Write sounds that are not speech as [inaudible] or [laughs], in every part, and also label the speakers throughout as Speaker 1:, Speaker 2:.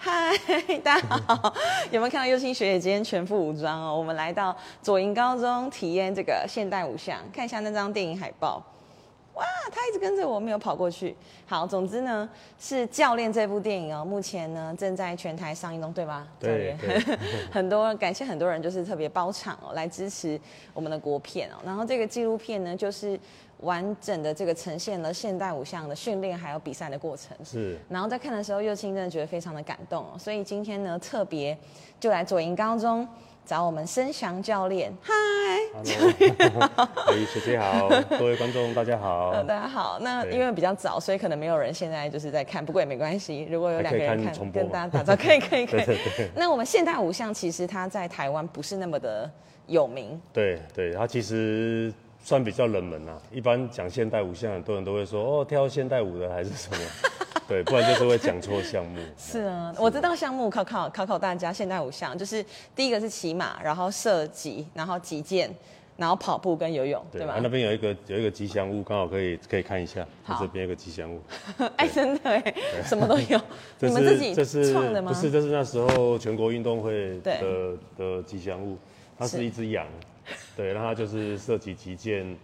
Speaker 1: 嘿，大家好， [laughs] 有没有看到右青学姐今天全副武装哦？我们来到左营高中体验这个现代舞项，看一下那张电影海报。哇，他一直跟着我，没有跑过去。好，总之呢是《教练》这部电影哦，目前呢正在全台上映中，对吧？
Speaker 2: 对
Speaker 1: 教练 [laughs] 很多感谢很多人就是特别包场哦，来支持我们的国片哦。然后这个纪录片呢，就是完整的这个呈现了现代舞项的训练还有比赛的过程。 [laughs]
Speaker 2: 是
Speaker 1: 然后在看的时候，右青真的觉得非常的感动、哦，所以今天呢，特别就来左营高中找我们申翔教练。嗨，
Speaker 2: ，Hello，喂，学哎姐好，各位观众大家好，
Speaker 1: 呃，大家好。那
Speaker 2: 对
Speaker 1: 因为比较早，所以可能没有人现在就是在看，不过也没关系。如果有两个
Speaker 2: 还可以
Speaker 1: 人
Speaker 2: 看
Speaker 1: 看，
Speaker 2: 重播
Speaker 1: 跟
Speaker 2: 吗
Speaker 1: 大家打招呼，
Speaker 2: [laughs]
Speaker 1: 可以可以可以。
Speaker 2: 对
Speaker 1: 那我们现代五项其实它在台湾不是那么的有名，
Speaker 2: 对对，它其实算比较冷门啦、一般讲现代舞项，很多人都会说哦，跳现代舞的还是
Speaker 1: [laughs]
Speaker 2: 什么，对，不然就是会讲错项目。
Speaker 1: 是啊，我知道项目考考考考大家，现代五项就是第一个是骑马，然后射击，然后击剑，然后跑步跟游泳，对
Speaker 2: 对，
Speaker 1: 吧
Speaker 2: 啊、？那边有一个有一个吉祥物，刚好可以可以看一下，就
Speaker 1: 好
Speaker 2: 这边有个吉祥物。
Speaker 1: [laughs] 哎，真的哎，什么都有。
Speaker 2: [laughs] 这
Speaker 1: 你
Speaker 2: 是
Speaker 1: 们自
Speaker 2: 这是
Speaker 1: 己创的吗？
Speaker 2: 不是，这是那时候全国运动会
Speaker 1: 对
Speaker 2: 的的吉祥物，它
Speaker 1: 是
Speaker 2: 是一只羊，对，然后它就是涉及击剑、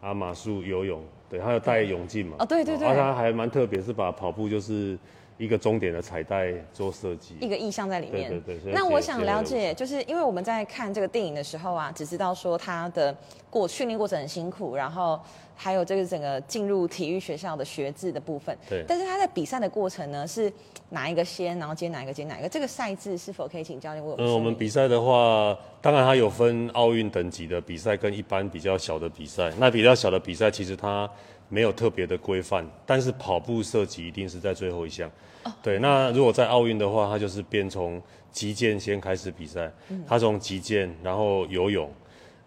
Speaker 2: 啊马术、游泳，对，它有戴泳镜嘛，
Speaker 1: 哦对对对
Speaker 2: 啊它还蛮特别，是把跑步就是一个终点的彩带做设计，
Speaker 1: 一个意象在里面。
Speaker 2: 对对对所以
Speaker 1: 那
Speaker 2: 结
Speaker 1: 我想了
Speaker 2: 结合
Speaker 1: 解，就是因为我们在看这个电影的时候啊，只知道说他的过训练过程很辛苦，然后还有这个整个进入体育学校的学制的部分。
Speaker 2: 对
Speaker 1: 但是他在比赛的过程呢，是哪一个先，然后接哪一个接哪一个？这个赛制是否可以请教练为我们
Speaker 2: 嗯，
Speaker 1: 说
Speaker 2: 我
Speaker 1: 明？
Speaker 2: 们比赛的话，当然它有分奥运等级的比赛跟一般比较小的比赛。那比较小的比赛其实它没有特别的规范，但是跑步射击一定是在最后一项。对，那如果在奥运的话，它就是边从击剑先开始比赛，它从击剑，然后游泳，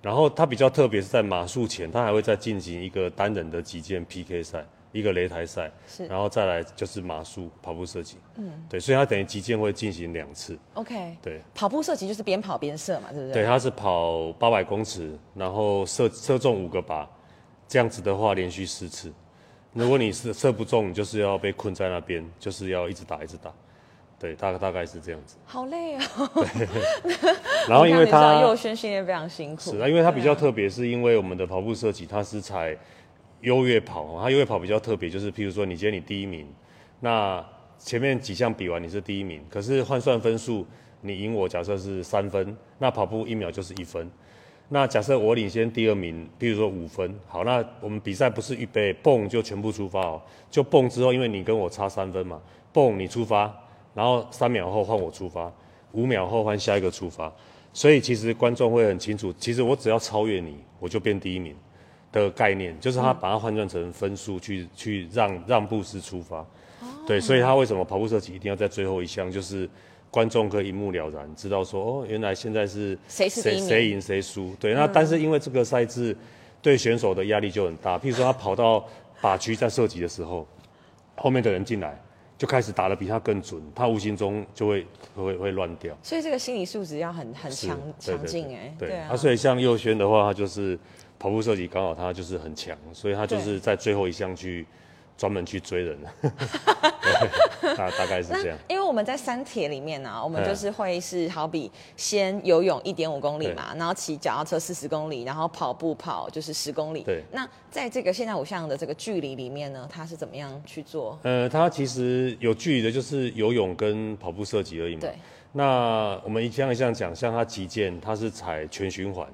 Speaker 2: 然后它比较特别是在马术前，它还会再进行一个单人的击剑 PK 赛，一个擂台赛
Speaker 1: 是，
Speaker 2: 然后再来就是马术跑步射击。嗯，对，所以它等于击剑会进行两次。
Speaker 1: OK。
Speaker 2: 对。
Speaker 1: 跑步射击就是边跑边射嘛，对不对？
Speaker 2: 对，他是跑八百公尺，然后射射中五个靶，这样子的话连续四次。如果你是射不中，你就是要被困在那边，就是要一直打一直打。对，大大概是这样子。
Speaker 1: 好累哦。
Speaker 2: 然后哦因为
Speaker 1: 我看你知
Speaker 2: 他
Speaker 1: 道右轩训练非常辛苦。
Speaker 2: 是啊，因为它比较特别，是因为我们的跑步设计它是采优越跑哦，它优越跑比较特别，就是譬如说你今天你第一名，那前面几项比完你是第一名，可是换算分数你赢我假设是三分，那跑步一秒就是一分。那假设我领先第二名，譬如说五分，好，那我们比赛不是预备蹦就全部出发哦，就蹦之后，因为你跟我差三分嘛，蹦你出发，然后三秒后换我出发，五秒后换下一个出发，所以其实观众会很清楚，其实我只要超越你，我就变第一名的概念，就是他把它换算成分数去去让让步式出发，
Speaker 1: 哦
Speaker 2: 对，所以他为什么跑步射击一定要在最后一项，就是观众可以一目了然知道说，哦，原来现在是
Speaker 1: 谁是第一名嗯
Speaker 2: 谁赢谁输，对，那但是因为这个赛制对选手的压力就很大，譬如说他跑到靶区在射击的时候，后面的人进来就开始打得比他更准，他无形中就会会会乱掉。
Speaker 1: 所以这个心理素质要很很
Speaker 2: 是
Speaker 1: 强
Speaker 2: 对
Speaker 1: 强
Speaker 2: 对
Speaker 1: 劲
Speaker 2: 对
Speaker 1: 哎。
Speaker 2: 对
Speaker 1: 啊。
Speaker 2: 所以像佑轩的话，他就是跑步射击刚好他就是很强，所以他就是在最后一项去专门去追人，对 [laughs] 大大概是这样。嗯
Speaker 1: 因为我们在三铁里面呢、啊我们就是会是好比先游泳一点五公里嘛，然后骑脚踏车四十公里，然后跑步跑就是十公里。
Speaker 2: 对
Speaker 1: 那在这个现在五项的这个距离里面呢，它是怎么样去做？
Speaker 2: 呃，他其实有距离的，就是游泳跟跑步射击而已嘛。
Speaker 1: 对。
Speaker 2: 那我们一项一项讲，像他击剑，他是采全循环，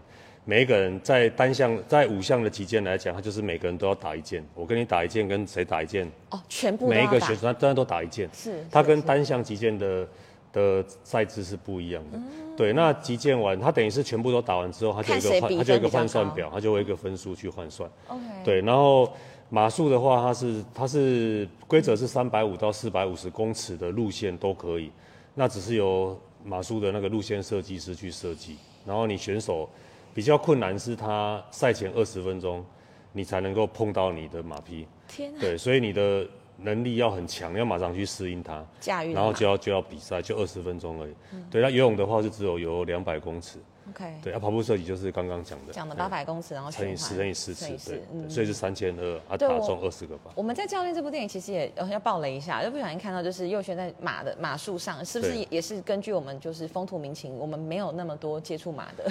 Speaker 2: 每一个人在单项在五项的击剑来讲，他就是每个人都要打一剑，我跟你打一剑，跟谁打一剑，
Speaker 1: 哦，全部都
Speaker 2: 每一
Speaker 1: 要
Speaker 2: 个
Speaker 1: 打
Speaker 2: 选手他当然都打一件，
Speaker 1: 是是
Speaker 2: 他跟单项击剑的的赛制是不一样
Speaker 1: 嗯
Speaker 2: 的。对，那击剑完，他等于是全部都打完之后，他就有一
Speaker 1: 看谁比
Speaker 2: 个换，他就有
Speaker 1: 分
Speaker 2: 一个
Speaker 1: 比较
Speaker 2: 换算
Speaker 1: 高嗯
Speaker 2: 表，他就有一个分数去换算。
Speaker 1: OK。
Speaker 2: 对，然后马术的话，它是它是规则是三百五到四百五十公尺的路线都可以，那只是由马术的那个路线设计师去设计。然后你选手比较困难是他赛前二十分钟，你才能够碰到你的马匹。
Speaker 1: 天啊，
Speaker 2: 对，所以你的能力要很强，要马上去适应它，
Speaker 1: 驾驭它，
Speaker 2: 然后就要就要比赛，就二十分钟而已。对，那游泳的话是只有游两百公尺，
Speaker 1: OK，
Speaker 2: 对，啊，跑步设计就是刚刚讲的，
Speaker 1: 讲的
Speaker 2: 嗯
Speaker 1: 八百公尺，然后
Speaker 2: 乘
Speaker 1: 循
Speaker 2: 以
Speaker 1: 环
Speaker 2: 十乘以十次
Speaker 1: 乘以，
Speaker 2: 对
Speaker 1: 四，，嗯
Speaker 2: 对所以是三千二啊，
Speaker 1: 对
Speaker 2: 打
Speaker 1: 我
Speaker 2: 中二十个吧。
Speaker 1: 我们在《教练》这部电影其实也呃要爆雷一下，就不小心看到就是右轩在马的马术上，是不是
Speaker 2: 对
Speaker 1: 也也是根据我们就是风土民情，我们没有那么多接触马的 [laughs]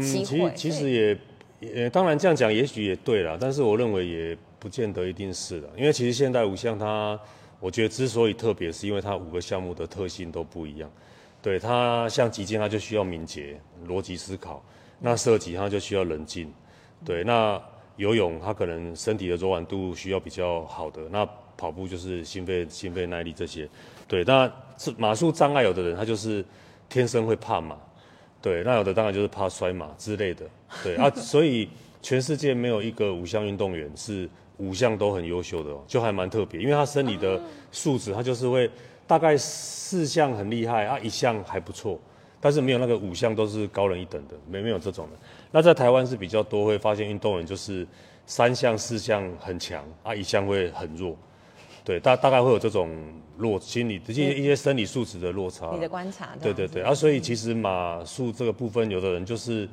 Speaker 1: 机
Speaker 2: 嗯，
Speaker 1: 会
Speaker 2: 其？实其
Speaker 1: 所
Speaker 2: 实
Speaker 1: 以
Speaker 2: 也也当然这样讲，也许也对啦，但是我认为也不见得一定是的，因为其实现代五项它，我觉得之所以特别，是因为它五个项目的特性都不一样。对它像击剑，它就需要敏捷、逻辑思考；那射击它就需要冷静。对，那游泳它可能身体的柔软度需要比较好的，那跑步就是心肺心肺耐力这些。对，那是马术障碍有的人他就是天生会怕马，对，那有的当然就是怕摔马之类的，对
Speaker 1: [laughs]
Speaker 2: 啊，所以全世界没有一个五项运动员是五项都很优秀的哦，就还蛮特别，因为他身体
Speaker 1: 哦
Speaker 2: 的素质，他就是会大概四项很厉害啊，一项还不错，但是没有那个五项都是高人一等的，没没有这种的。那在台湾是比较多，会发现运动员就是三项四项很强啊，一项会很弱，对，大大概会有这种落心理一些一些生理素质的落差啦。
Speaker 1: 你的观察，
Speaker 2: 对对对，啊，所以其实马术这个部分，有的人就是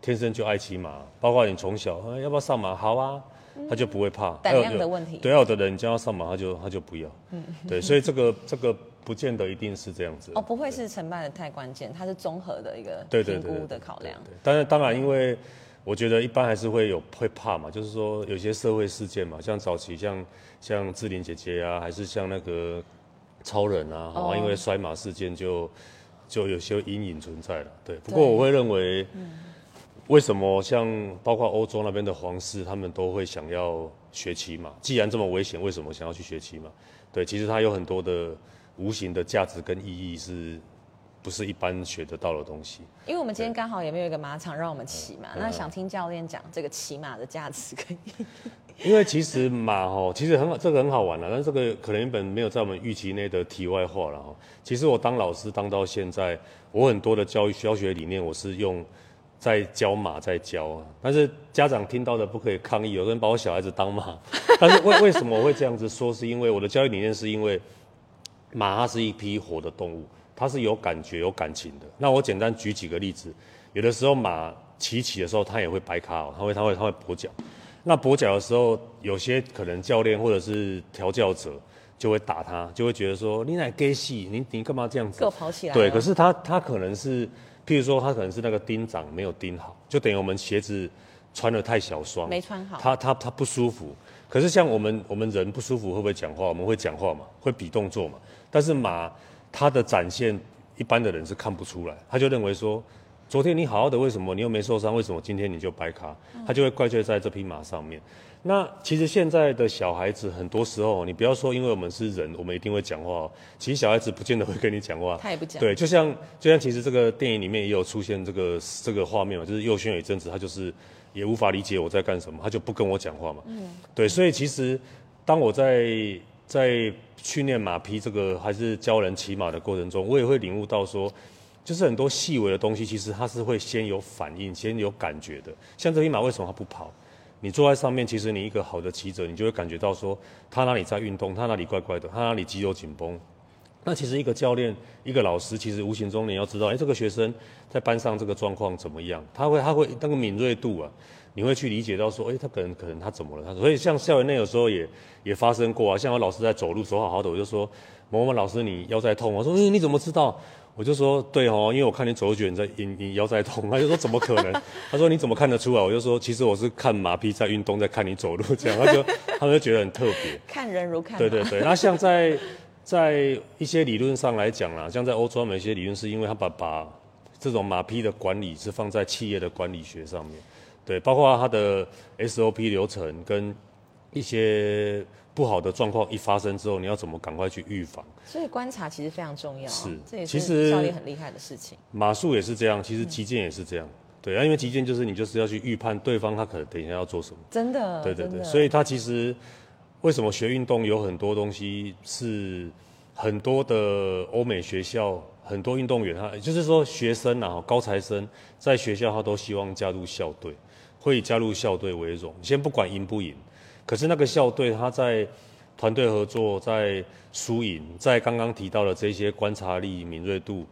Speaker 2: 天生就爱骑马，包括你从小、啊要不要上马，好啊，他就不会怕。
Speaker 1: 嗯胆
Speaker 2: 还有
Speaker 1: 量的
Speaker 2: 有
Speaker 1: 问题
Speaker 2: 对，啊有的人你叫他上马，他就他就不要。嗯，对，所以这个这个不见得一定是这样子。
Speaker 1: 哦，不会是成败的太关键，它是综合的一个
Speaker 2: 对对
Speaker 1: 评
Speaker 2: 对对
Speaker 1: 估的
Speaker 2: 对
Speaker 1: 考量。
Speaker 2: 对，但是当然，因为我觉得一般还是会有会怕嘛，就是说有些社会事件嘛，像早期像像志玲姐姐啊，还是像那个超人啊，好、
Speaker 1: 哦
Speaker 2: 因为摔马事件就就有些阴影存在了。对，不
Speaker 1: 对嗯
Speaker 2: 过我会认为，为什么像包括欧洲那边的皇室，他们都会想要学骑马？既然这么危险，为什么想要去学骑马？对，其实它有很多的无形的价值跟意义是。不是一般学得到的东西。
Speaker 1: 因为我们今天刚好也没有一个马场让我们骑嘛，
Speaker 2: 嗯
Speaker 1: 那想听教练讲这个骑马的价值跟意义。
Speaker 2: 因为其实马哦，其实很好，这个很好玩啦，但这个可能原本没有在我们预期内的题外话了哈。其实我当老师当到现在，我很多的教育教学理念，我是用在教马在教啊，但是家长听到的不可以抗议，有人把我小孩子当马， [laughs] 但是为为什么我会这样子说？是因为我的教育理念是因为马它是一匹活的动物，它是有感觉、有感情的。那我简单举几个例子，有的时候马骑骑的时候，它也会掰卡哦，它会、它会、它会跛脚。那跛脚的时候，有些可能教练或者是调教者就会打它，就会觉得说你乃 gay 戏，你你干嘛这样子？
Speaker 1: 给我跑起来了
Speaker 2: 对，可是它它可能是，譬如说它可能是那个钉掌没有钉好，就等于我们鞋子穿的太小双，
Speaker 1: 没穿好
Speaker 2: 它它它不舒服。可是像我们我们人不舒服会不会讲话？我们会讲话嘛，会比动作嘛。但是马它的展现，一般的人是看不出来，他就认为说，昨天你好好的，为什么你又没受伤？为什么今天你就白卡？他就会怪罪在这匹马上面。那其实现在的小孩子，很多时候你不要说，因为我们是人，我们一定会讲话哦。其实小孩子不见得会跟你讲话，
Speaker 1: 他也不讲
Speaker 2: 对，就像就像其实这个电影里面也有出现这个这个画面嘛，就是佑轩有一阵子他就是也无法理解我在干什么，他就不跟我讲话嘛。嗯，对，所以其实当我在在训练马匹这个还是教人骑马的过程中，我也会领悟到说，就是很多细微的东西，其实它是会先有反应，先有感觉的。像这匹马为什么它不跑？你坐在上面，其实你一个好的骑者，你就会感觉到说，它哪里在运动，它哪里怪怪的，它哪里肌肉紧绷，那其实一个教练、一个老师，其实无形中你要知道，哎，这个学生在班上这个状况怎么样？他会，他会那个敏锐度啊，你会去理解到说，哎，他可能可能他怎么了？他所以像校园内有时候也也发生过啊，像我老师在走路走好好的，我就说某某老师你腰在痛吗，我说嗯你怎么知道？我就说对哦，因为我看你走路觉得你在你你腰在痛，他就说怎么可能？ [laughs] 他说你怎么看得出来？我就说其实我是看马匹在运动，在看你走路这样，他就他们就觉得很特别。
Speaker 1: 看人如看马，
Speaker 2: 对对对，那像在在一些理论上来讲啦，像在欧洲，他们有一些理论是因为他把把这种马匹的管理是放在企业的管理学上面，对，包括它的 SOP 流程跟一些不好的状况一发生之后，你要怎么赶快去预防。
Speaker 1: 所以观察其实非常重要。啊
Speaker 2: 是
Speaker 1: 这也
Speaker 2: 其
Speaker 1: 是
Speaker 2: 实
Speaker 1: 教练很厉害的事情。
Speaker 2: 马术也是这样，其实击剑也是这样，对啊，因为击剑就是你就是要去预判对方他可能等一下要做什么。
Speaker 1: 真的，
Speaker 2: 对对
Speaker 1: 啊真的
Speaker 2: 对，所以他其实为什么学运动有很多东西是很多的欧美学校很多运动员，他就是说学生啊，高材生在学校他都希望加入校队，会以加入校队为荣，先不管赢不赢，可是那个校队他在团队合作，在输赢，在刚刚提到的这些观察力、敏锐度，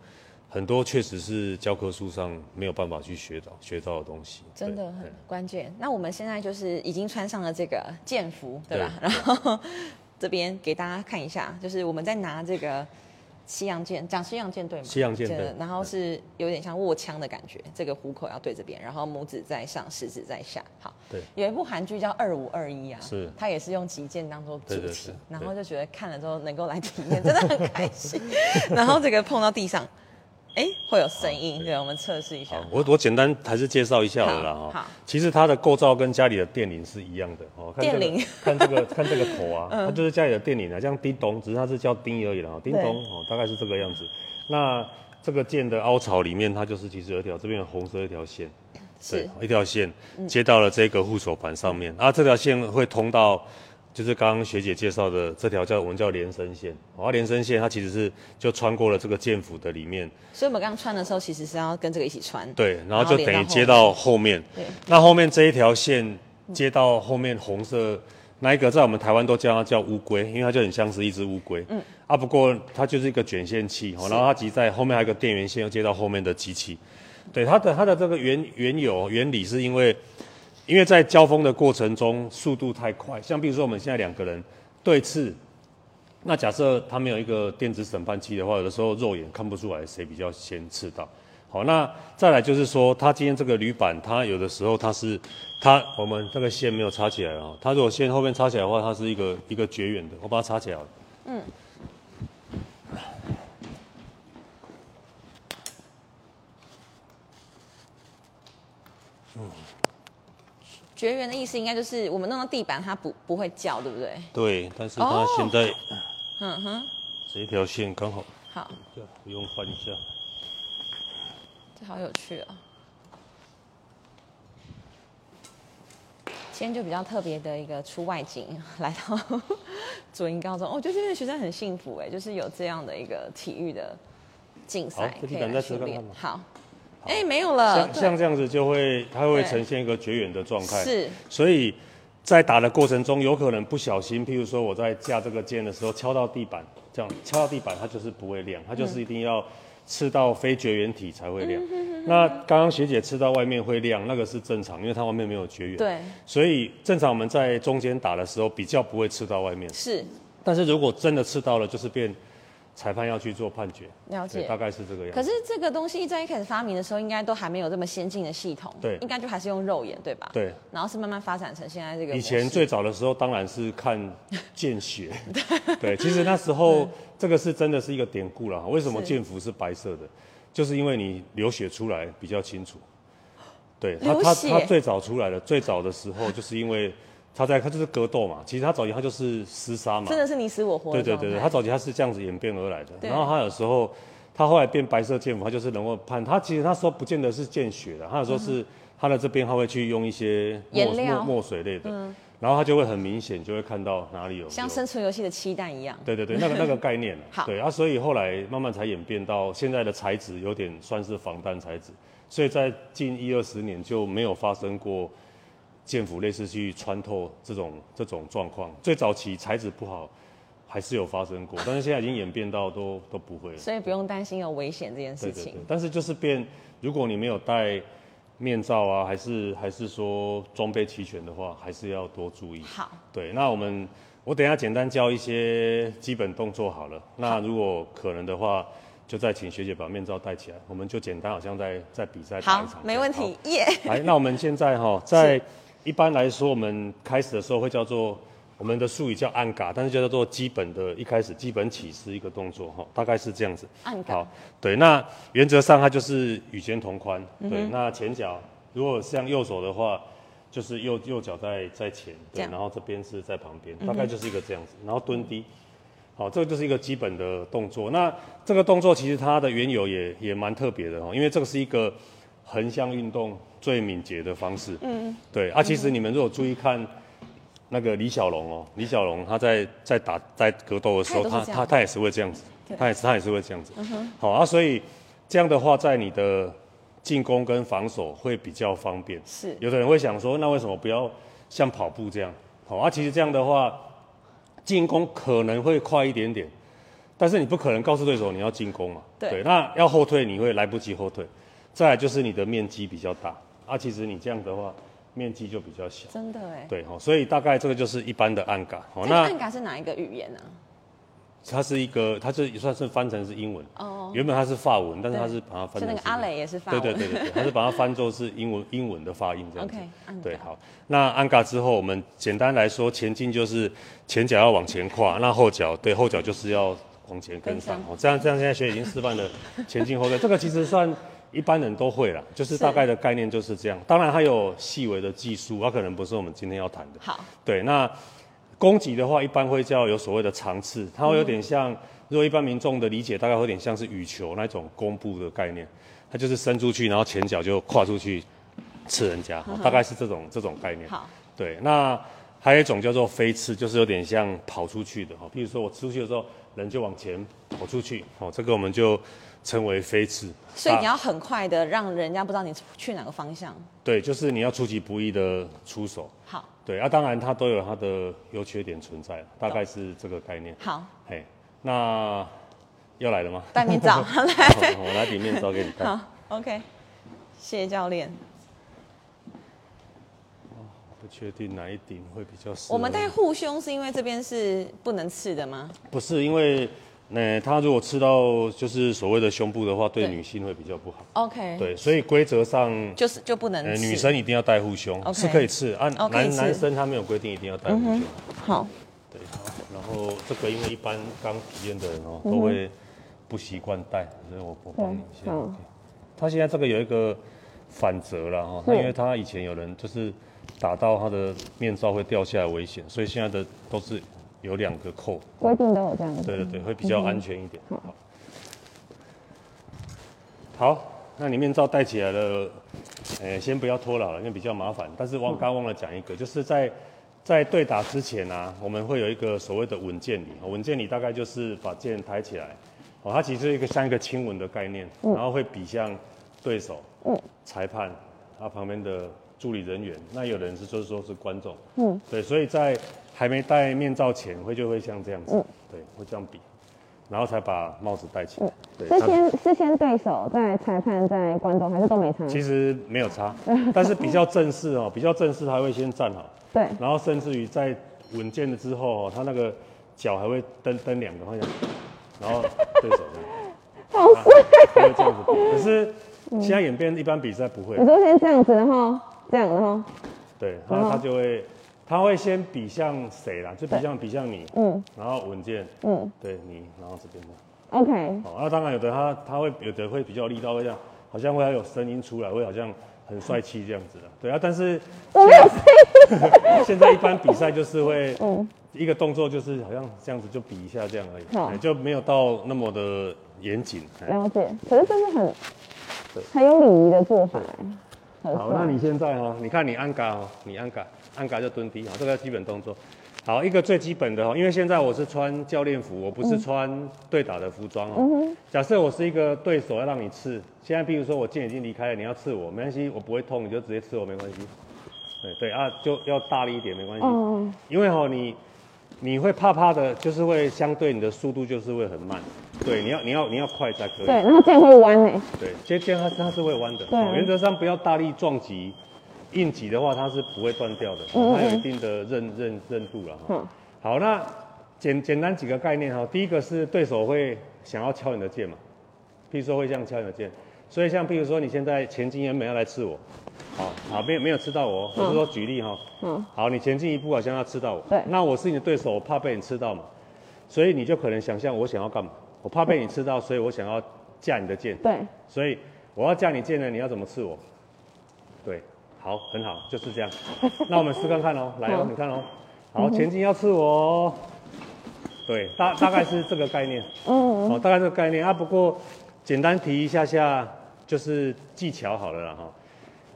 Speaker 2: 很多确实是教科书上没有办法去学到学到的东西。
Speaker 1: 真的
Speaker 2: 对
Speaker 1: 很
Speaker 2: 对
Speaker 1: 关键。那我们现在就是已经穿上了这个剑服，对吧？[laughs]
Speaker 2: 对
Speaker 1: 然后这边给大家看一下，就是我们在拿这个西洋剑，讲西洋剑对吗？
Speaker 2: 西洋剑
Speaker 1: 这个
Speaker 2: 对
Speaker 1: 然后是有点像握枪的感觉，这个虎口要对这边，然后拇指在上，食指在下。好，
Speaker 2: 对
Speaker 1: 有一部韩剧叫《二五二一》啊，
Speaker 2: 是
Speaker 1: 它也是用击剑当做主
Speaker 2: 对对
Speaker 1: 题
Speaker 2: 对，
Speaker 1: 然
Speaker 2: 对
Speaker 1: 后就觉得看了之后能够来体验，真的很开心。 [laughs] 然后这个碰到地上，哎，会有声音，
Speaker 2: 好
Speaker 1: 对，我们测试一下
Speaker 2: 好。，我我简单还是介绍一下好了
Speaker 1: 好
Speaker 2: 啦
Speaker 1: 好
Speaker 2: 哈。其实它的构造跟家里的电铃是一样的哦。看这个
Speaker 1: 电铃，
Speaker 2: [laughs]
Speaker 1: 嗯
Speaker 2: 看这个看这个头啊，它就是家里的电铃啊，像叮咚，只是它是叫叮而已啦，哦叮
Speaker 1: 对
Speaker 2: 咚哦，大概是这个样子。那这个剑的凹槽里面，它就是其实有一条这边有红色一条线，
Speaker 1: 是，嗯
Speaker 2: 一条线接到了这个护手盘上面，啊，这条线会通到，就是刚刚学姐介绍的这条叫我们叫连身线，哦，啊连身线它其实是就穿过了这个剑府的里面，
Speaker 1: 所以我们刚刚穿的时候，其实是要跟这个一起穿。
Speaker 2: 对，然
Speaker 1: 然
Speaker 2: 后
Speaker 1: 后
Speaker 2: 就
Speaker 1: 连
Speaker 2: 等
Speaker 1: 到
Speaker 2: 于
Speaker 1: 后
Speaker 2: 接
Speaker 1: 面
Speaker 2: 到后面，
Speaker 1: 对
Speaker 2: 那后面这一条线接到后面红色那一个，在我们台湾都叫它叫乌龟，因为它就很像是一只乌龟。嗯。啊，不过它就是一个卷线器，哦
Speaker 1: 是
Speaker 2: 然后它集在后面还有一个电源线，又接到后面的机器。对，它的它的这个原原有原理是因为，因为在交锋的过程中速度太快，像比如说我们现在两个人对峙。那假设他没有一个电子审判器的话，有的时候肉眼看不出来谁比较先刺到。好，那再来就是说，它今天这个铝板，它有的时候它是它我们这个线没有插起来啊，它如果线后面插起来的话，它是一个一个绝缘的，我把它插起来好了。
Speaker 1: 绝缘的意思应该就是我们弄到地板，它不不会叫，对不对？
Speaker 2: 对，但是
Speaker 1: 哦
Speaker 2: 它现在、
Speaker 1: 嗯哼，
Speaker 2: 这一条线刚好，
Speaker 1: 好，
Speaker 2: 对不用换一下。
Speaker 1: 这好有趣哦。今天就比较特别的一个出外景，来到 [laughs] 左营高中，哦我觉得这边的学生很幸福哎，就是有这样的一个体育的竞赛
Speaker 2: 好这
Speaker 1: 可
Speaker 2: 地
Speaker 1: 以
Speaker 2: 板
Speaker 1: 来
Speaker 2: 再
Speaker 1: 训
Speaker 2: 折看
Speaker 1: 练
Speaker 2: 看。吧
Speaker 1: 好，哎，没有了
Speaker 2: 像，像这样子就会，它会
Speaker 1: 对
Speaker 2: 呈现一个绝缘的状态。
Speaker 1: 是
Speaker 2: 所以在打的过程中，有可能不小心，譬如说我在架这个剑的时候敲到地板，这样敲到地板，它就是不会亮，它就是一定要刺到非绝缘体才会亮。
Speaker 1: 嗯
Speaker 2: 那刚刚学姐刺到外面会亮，那个是正常，因为它外面没有绝缘。
Speaker 1: 对，
Speaker 2: 所以正常我们在中间打的时候比较不会刺到外面，
Speaker 1: 是
Speaker 2: 但是如果真的刺到了，就是变裁判要去做判决。
Speaker 1: 了
Speaker 2: 对，
Speaker 1: 解
Speaker 2: 大。概是这个样
Speaker 1: 可
Speaker 2: 子。
Speaker 1: 是这个东西在一开始发明的时候，应该都还没有这么先进的系统，
Speaker 2: 对
Speaker 1: 应该就还是用肉眼，对吧？。
Speaker 2: 对，
Speaker 1: 然后是慢慢发展成现在这个模式。
Speaker 2: 以前最早的时候当然是看见血，对，其实那时候这个是真的是一个典故啦。为什么
Speaker 1: 是
Speaker 2: 剑服是白色的？就是因为你流血出来比较清楚。对，它
Speaker 1: 流
Speaker 2: 它
Speaker 1: 血
Speaker 2: 它最早出来的最早的时候，就是因为它在它就是格斗嘛，其实它早期它就是厮杀嘛，
Speaker 1: 真的是你死我活
Speaker 2: 对
Speaker 1: 的
Speaker 2: 对
Speaker 1: 状态。
Speaker 2: 对对，他早期他是这样子演变而来的，
Speaker 1: 对
Speaker 2: 然后他有时候他后来变白色剑斧，他就是能够判他其实那时候不见得是见血的，他有时候是、他的这边他会去用一些墨
Speaker 1: 嗯颜料嗯
Speaker 2: 墨墨水类的，然后他就会很明显就会看到哪里有
Speaker 1: 像
Speaker 2: 有
Speaker 1: 生存游戏的期待一样。
Speaker 2: 对对对，那个那个概念啊
Speaker 1: [laughs] 好
Speaker 2: 对啊，所以后来慢慢才演变到现在的材质有点算是防弹材质，所以在近一二十年就没有发生过剑斧类似去穿透这种这种状况。最早期材质不好还是有发生过，但是现在已经演变到都 [laughs] 都不会了。
Speaker 1: 所以不用担心有危险这件
Speaker 2: 对
Speaker 1: 事
Speaker 2: 对对
Speaker 1: 情。，
Speaker 2: 但是就是变，如果你没有戴面罩啊，还是还是说装备齐全的话，还是要多注意。
Speaker 1: 好，
Speaker 2: 对，那我们我等一下简单教一些基本动作好了。那如果可能的话，就再请学姐把面罩戴起来，我们就简单好像在在比赛打一
Speaker 1: 好
Speaker 2: 场，
Speaker 1: 没问题，耶、
Speaker 2: 好。来，那我们现
Speaker 1: [laughs]
Speaker 2: 在哈，在一般来说，我们开始的时候会叫做我们的术语叫按嘎，但是就叫做基本的一开始基本起势一个动作哈，大概是这样子。
Speaker 1: 按感
Speaker 2: 好，对，那原则上它就是与肩同宽。对，
Speaker 1: 嗯
Speaker 2: 那前脚如果像右手的话，就是右右脚在在前，
Speaker 1: 这
Speaker 2: 对，
Speaker 1: 样嗯
Speaker 2: 然后这边是在旁边，大概就是一个这样子，然后蹲低。好，这个就是一个基本的动作。那这个动作其实它的缘由也也蛮特别的哦，因为这个是一个横向运动最敏捷的方式。嗯，对啊，其实你们如果注意看那个李小龙哦，李小龙他在在打在格斗的时候，
Speaker 1: 他也都是这
Speaker 2: 他
Speaker 1: 样
Speaker 2: 他他也是会这样子
Speaker 1: 对，嗯
Speaker 2: 他也是他也是会这样子。好啊，所以这样的话，在你的进攻跟防守会比较方便。
Speaker 1: 是
Speaker 2: 有的人会想说，那为什么不要像跑步这样？好啊，其实这样的话，进攻可能会快一点点，但是你不可能告诉对手你要进攻嘛。
Speaker 1: 对
Speaker 2: 那要后退你会来不及后退。再来就是你的面积比较大啊，其实你这样的话面积就比较小。
Speaker 1: 真的哎。
Speaker 2: 对哦，所以大概这个就是一般的暗感哦。
Speaker 1: 这个
Speaker 2: 那
Speaker 1: 暗嘎是哪一个语言呢、啊
Speaker 2: 它是一个，它是也算是翻成是英文。
Speaker 1: 哦，
Speaker 2: 原本它是法文，但是它是把它
Speaker 1: 就
Speaker 2: 翻成
Speaker 1: 那个
Speaker 2: 是
Speaker 1: 阿磊也是法
Speaker 2: 对
Speaker 1: 文。
Speaker 2: 对对对对，它是把它翻作是英文英文的发音这样子。
Speaker 1: OK，暗
Speaker 2: 对，
Speaker 1: 嘎。
Speaker 2: 好。那安嘎之后，我们简单来说，前进就是前脚要往前跨，那后脚对后脚就是要往前跟上
Speaker 1: 跟。
Speaker 2: 哦，这样这样，现在学已经示范了前进后退， [laughs] 这个其实算一般人都会啦，就是
Speaker 1: 是
Speaker 2: 大概的概念就是这样。当然，它有细微的技术，它可能不是我们今天要谈的。
Speaker 1: 好，
Speaker 2: 对，那攻击的话，一般会叫有所谓的长刺，它
Speaker 1: 嗯
Speaker 2: 会有点像，如果一般民众的理解，大概会有点像是羽球那种弓步的概念，它就是伸出去，然后前脚就跨出去刺人家，大概是这种这种概念。
Speaker 1: 嗯好，
Speaker 2: 对，那还有一种叫做飞刺，就是有点像跑出去的哈。譬如说我出去的时候，人就往前跑出去，哦，这个我们就称为飞刺。
Speaker 1: 所以
Speaker 2: 啊
Speaker 1: 你要很快的让人家不知道你去哪个方向。
Speaker 2: 对，就是你要出其不意的出手。
Speaker 1: 好，
Speaker 2: 对啊，当然它都有它的优缺点存在，大概是这个概念。
Speaker 1: 好，
Speaker 2: 嘿，那要来了
Speaker 1: [laughs]
Speaker 2: 吗？
Speaker 1: 戴面
Speaker 2: [laughs]
Speaker 1: 罩来。
Speaker 2: 好我拿顶面罩给你看。
Speaker 1: 好，OK，谢谢教练。
Speaker 2: 不确定哪一顶会比较适合。
Speaker 1: 我们戴护胸是因为这边是不能刺的吗？
Speaker 2: 不是因为，呃，它如果刺到就是所谓的胸部的话，对
Speaker 1: 对哎
Speaker 2: 女性会比较不好。
Speaker 1: OK，，
Speaker 2: 对，所以规则上，
Speaker 1: 就是就不能
Speaker 2: 呃，
Speaker 1: 刺。
Speaker 2: 女生一定要戴护胸
Speaker 1: OK
Speaker 2: 是可以刺啊。
Speaker 1: 哦可以嗯
Speaker 2: 男
Speaker 1: 刺
Speaker 2: 男生他没有规定一定要戴护胸。
Speaker 1: 好，
Speaker 2: 对，好然后这个因为一般刚体验的人哦、都会不习惯戴，所以我我帮你一下。OK 他现在这个有一个反折了哈，那因为他以前有人就是打到他的面罩会掉下来危险，所以现在的都是有两个扣。
Speaker 3: 规定都有这样子。
Speaker 2: 对对对，会比较安全一点。好，好，那你面罩戴起来了，呃，先不要脱了好了，因为比较麻烦。但是忘刚忘了讲一个，就是在在对打之前啊，我们会有一个所谓的稳健礼。哦稳健礼大概就是把剑抬起来，哦，它其实是一个像一个亲吻的概念，然后会比向对手、裁判，他旁边的助理人员，那有人是就是说是观众，嗯，对，所以在还没戴面罩前，会就会像这样子，对，会这样比，然后才把帽子戴起来，对，
Speaker 3: 是
Speaker 2: 他
Speaker 3: 先是先对手，再裁判，再观众，还是都没差？
Speaker 2: 其实没有差，但是比较正式哦，比较正式，他会先站好，
Speaker 3: 对，
Speaker 2: 然后甚至于在稳健了之后哦，他那个脚还会蹬蹬两个方向，然后对手这样，
Speaker 3: 好帅！
Speaker 2: 他会这 [laughs] 样子比，可是现在演变一般比赛不会
Speaker 3: 你，说先这样子，然后这样，然后
Speaker 2: 对，然后他就会，他会先比向谁啦？就比向比向你，嗯，然后文件，嗯，对你，然后这边的，
Speaker 3: OK，
Speaker 2: 好，啊那当然有的他他会有的会比较有力道，会这样，好像会还有声音出来，会好像很帅气这样子的，对啊，但是嗯
Speaker 3: 我没有声音，
Speaker 2: 现在一 [laughs] 般比赛就是会，一个动作就是好像这样子就比一下这样而已，
Speaker 3: 好
Speaker 2: 哎就没有到那么的严谨。哎
Speaker 3: 了解。可是这是很
Speaker 2: 对
Speaker 3: 很有礼仪的做法，欸很
Speaker 2: 好，那
Speaker 3: 帅。
Speaker 2: 你现在哦，你看你按嘎哦，你按嘎，按嘎就蹲低啊，这个基本动作。好，一个最基本的哦，因为现在我是穿教练服，我不是穿对打的服装哦。假设我是一个对手要让你刺，现在比如说我剑已经离开了，你要刺我，没关系，我不会痛，你就直接刺我没关系。对对啊，就要大力一点没关系，
Speaker 3: 哦，
Speaker 2: 因为哦你你会怕怕的，就是会相对你的速度就是会很慢。对，你要你要你要快才可以。
Speaker 3: 对，然后这样会弯欸诶，
Speaker 2: 对，接接它它是会弯的，
Speaker 3: 对啊
Speaker 2: 哦原则上不要大力撞击，硬挤的话它是不会断掉的，哦
Speaker 3: 嗯
Speaker 2: 它有一定的韧韧韧度了哈。
Speaker 3: 嗯
Speaker 2: 好，那简简单几个概念哈，第一个是对手会想要敲你的剑嘛，譬如说会这样敲你的剑，所以像譬如说你现在前进原本要来刺我，好，好没有没有刺到我哦，我是说举例哈，
Speaker 3: 嗯，
Speaker 2: 好，你前进一步好像要刺到我，
Speaker 3: 对
Speaker 2: 那我是你的对手，我怕被你刺到嘛，所以你就可能想象我想要干嘛，我怕被你刺到，所以我想要架你的剑。
Speaker 3: 对，
Speaker 2: 所以我要叫你见了，你要怎么刺我？对，好，很好，就是
Speaker 3: [laughs]
Speaker 2: 这样。那我们试看看哦，来哦
Speaker 3: 好，嗯
Speaker 2: 你看哦，好，前进要刺我哦。对，大大概是这个概念，
Speaker 3: 嗯，
Speaker 2: 哦，大概这个概念啊。不过简单提一下下，就是技巧好了啦哈。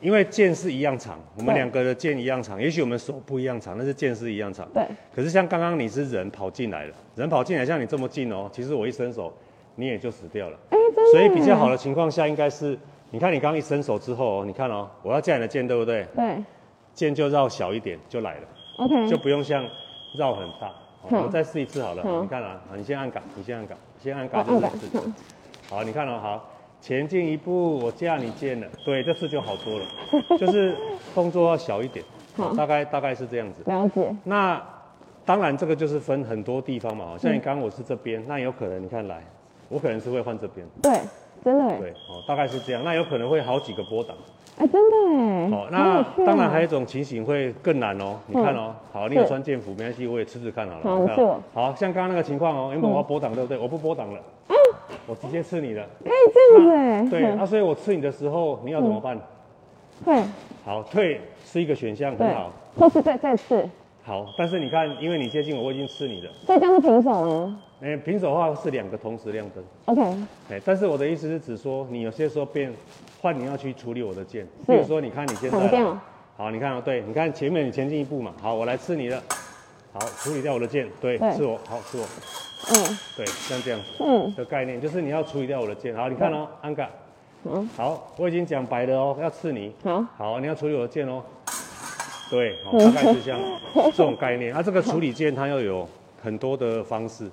Speaker 2: 因为剑是一样长，我们
Speaker 3: 对
Speaker 2: 两个的剑一样长，也许我们手不一样长，但是剑是一样长。
Speaker 3: 对，哎
Speaker 2: 可是像刚刚你是人跑进来了，人跑进来像你这么近哦，其实我一伸手，你也就死掉了。
Speaker 3: 哎，真的。
Speaker 2: 所以比较好。的情况下，应该是你看你刚刚一伸手之后哦，你看哦，我要架你的箭，对不对？
Speaker 3: 对
Speaker 2: 箭就绕小一点就来了，
Speaker 3: ，OK，
Speaker 2: 就不用像绕很大。好
Speaker 3: 嗯
Speaker 2: 我们再试一次好了。
Speaker 3: 好
Speaker 2: 你看啊，好你先按杆，你先按杆，先按
Speaker 3: 哦
Speaker 2: 杆，
Speaker 3: 按
Speaker 2: 就是
Speaker 3: 杆嗯
Speaker 2: 试。好，你看哦，好，前进一步，我架你见了，对，这次就好
Speaker 3: [laughs]
Speaker 2: 多了，就是动作要小一点，
Speaker 3: 好
Speaker 2: 大概大概是这样子。
Speaker 3: 了解，
Speaker 2: 那当然，这个就是分很多地方嘛，哦好像你刚刚我是这边，那有可能你看来，我可能是会换这边，
Speaker 3: 对，真的哎，
Speaker 2: 对，哦，大概是这样，那有可能会好几个波档。
Speaker 3: 哎，真的哎，
Speaker 2: 好，
Speaker 3: 好
Speaker 2: 那
Speaker 3: 有趣哦
Speaker 2: 当然还有一种情形会更难哦。你看哦，好，你有
Speaker 3: 嗯是
Speaker 2: 穿剑服没关系，我也吃吃看好了。
Speaker 3: 好
Speaker 2: 你看
Speaker 3: 是
Speaker 2: 哦
Speaker 3: 我嗯
Speaker 2: 好像刚刚那个情况哦，原本我要拨档对不对？我不拨档了， [laughs] 我直接吃你的。
Speaker 3: 哎，这样子哎，
Speaker 2: 对，啊
Speaker 3: 嗯
Speaker 2: 那所以我吃你的时候，你要怎么办？
Speaker 3: 会
Speaker 2: 好，退是一个选项，很
Speaker 3: 对
Speaker 2: 好。，
Speaker 3: 或是再再次，
Speaker 2: 好，但是你看，因为你接近我，我已经吃你的。
Speaker 3: 所以这样是平手吗
Speaker 2: 哎，平手的话是两个同时亮灯。
Speaker 3: ？OK，
Speaker 2: 哎，但是我的意思是指说，你有些时候变换你要去处理我的剑，
Speaker 3: 是
Speaker 2: 比如说你看你现在
Speaker 3: 挡
Speaker 2: 来
Speaker 3: 掉，
Speaker 2: 好，你看哦，对，你看前面你前进一步嘛，好，我来吃你的，好，处理掉我的剑，对，
Speaker 3: 对
Speaker 2: 是我，好，是我，
Speaker 3: 嗯
Speaker 2: 对，像这样子
Speaker 3: 嗯
Speaker 2: 的概念，就是你要处理掉我的剑，好，你看哦，安嘎，
Speaker 3: 嗯，
Speaker 2: 好，我已经讲白了哦，要刺你，
Speaker 3: 好，
Speaker 2: 好，你要处理我的剑哦，对，好，
Speaker 3: 嗯
Speaker 2: 大概是像这种概念，啊，这个处理剑它又有很多的方式，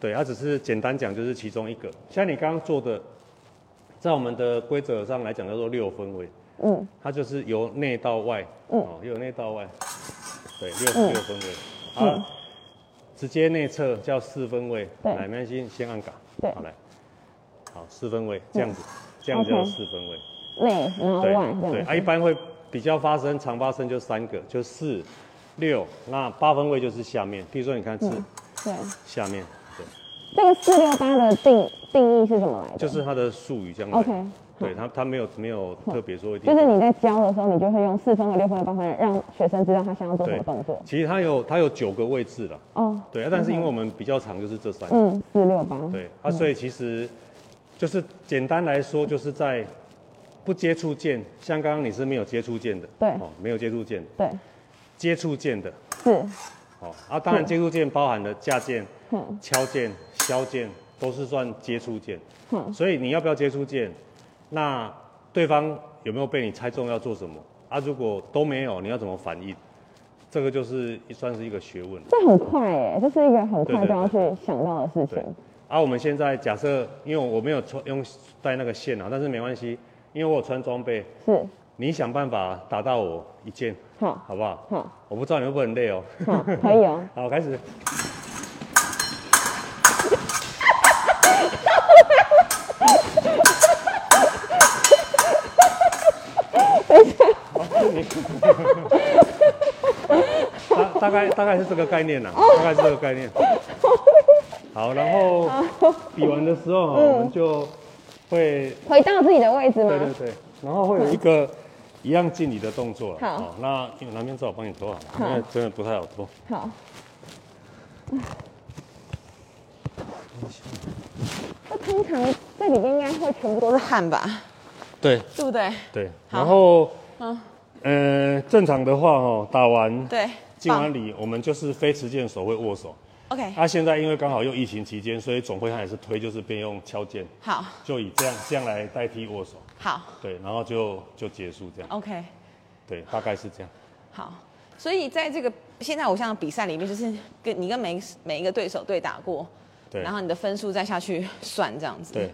Speaker 2: 对，啊它、只是简单讲就是其中一个，像你刚刚做的，在我们的规则上来讲叫做六分位，
Speaker 3: 嗯，
Speaker 2: 它就是由内到外，
Speaker 3: 嗯
Speaker 2: 哦，由内到外，对，六、
Speaker 3: 嗯
Speaker 2: 六分位，好，直接内侧叫四分位，
Speaker 3: 对
Speaker 2: 来，没关系，先按嘎，
Speaker 3: 对嗯
Speaker 2: 好来，好，四分位这样子，这样叫
Speaker 3: OK
Speaker 2: 四分位，
Speaker 3: 内然后外这
Speaker 2: 对，
Speaker 3: 样
Speaker 2: 啊，
Speaker 3: 子，
Speaker 2: 一般会比较发生常发生就三个，就四、六，那八分位就是下面，比如说你看是
Speaker 3: 嗯对，
Speaker 2: 下面，对，
Speaker 3: 这个四六八的定定义是什么来着？
Speaker 2: 就是它的术语这样来
Speaker 3: OK，嗯
Speaker 2: 对，它它没有没有特别说一定，
Speaker 3: 就是你在教的时候，你就会用四分和六分的方法让学生知道他想要做什么动作。
Speaker 2: 其实它有它有九个位置了。
Speaker 3: 哦，
Speaker 2: 对，啊但是因为我们比较长，就是这三个。
Speaker 3: 嗯，四六八，
Speaker 2: 对啊，所以其实就是简单来说，就是在不接触键，像刚刚你是没有接触键的，
Speaker 3: 对
Speaker 2: 哦，没有接触键的，
Speaker 3: 对，
Speaker 2: 接触键的，
Speaker 3: 是，
Speaker 2: 哦，啊，当然接触键包含了架键、
Speaker 3: 嗯
Speaker 2: 敲键、削键，都是算接触键。
Speaker 3: 嗯
Speaker 2: 所以你要不要接触键？那对方有没有被你猜中要做什么？啊，如果都没有，你要怎么反应？这个就是算是一个学问。
Speaker 3: 这很快哎，这是一个很快
Speaker 2: 对对
Speaker 3: 就要去想到的事
Speaker 2: 对
Speaker 3: 情。，
Speaker 2: 啊，我们现在假设，因为我没有穿用带那个线啊，但是没关系，因为我有穿装备，
Speaker 3: 是，
Speaker 2: 你想办法打到我一件，
Speaker 3: 好，
Speaker 2: 好不好？
Speaker 3: 好，
Speaker 2: 我不知道你会不会很累哦。
Speaker 3: 好，可以哦。
Speaker 2: 好，开始。好你大大概大概是这个概念啦，大概是这个概念。好，然后比完的时候，我们就会
Speaker 3: 回到自己的位置
Speaker 2: 对对
Speaker 3: 吗？
Speaker 2: 对，然后会有一个一样敬礼的动作了。
Speaker 3: 好
Speaker 2: 那因为南边正好帮你拖好，因为真的不太好拖。
Speaker 3: 好，这通常这里面应该会全部都
Speaker 1: 都
Speaker 3: 是
Speaker 1: 是汗吧，
Speaker 2: 对
Speaker 1: 对不对？
Speaker 2: 对，
Speaker 1: 好
Speaker 2: 然后呃，正常的话哦，打完
Speaker 1: 对，
Speaker 2: 敬完
Speaker 1: 棒
Speaker 2: 礼，我们就是非持剑手会握手。
Speaker 1: OK，
Speaker 2: 那现在因为刚好又疫情期间，所以总会他也是推，就是边用敲键，
Speaker 1: 好，
Speaker 2: 就以这样这样来代替握手。
Speaker 1: 好
Speaker 2: 对，然后就就结束这样。
Speaker 1: ，OK，
Speaker 2: 对，大概是这样。
Speaker 1: 好。所以在这个现在偶像的比赛里面，就是跟你跟每每一个对手对打过，
Speaker 2: 对，
Speaker 1: 然后你的分数再下去算这样子。
Speaker 2: 对，，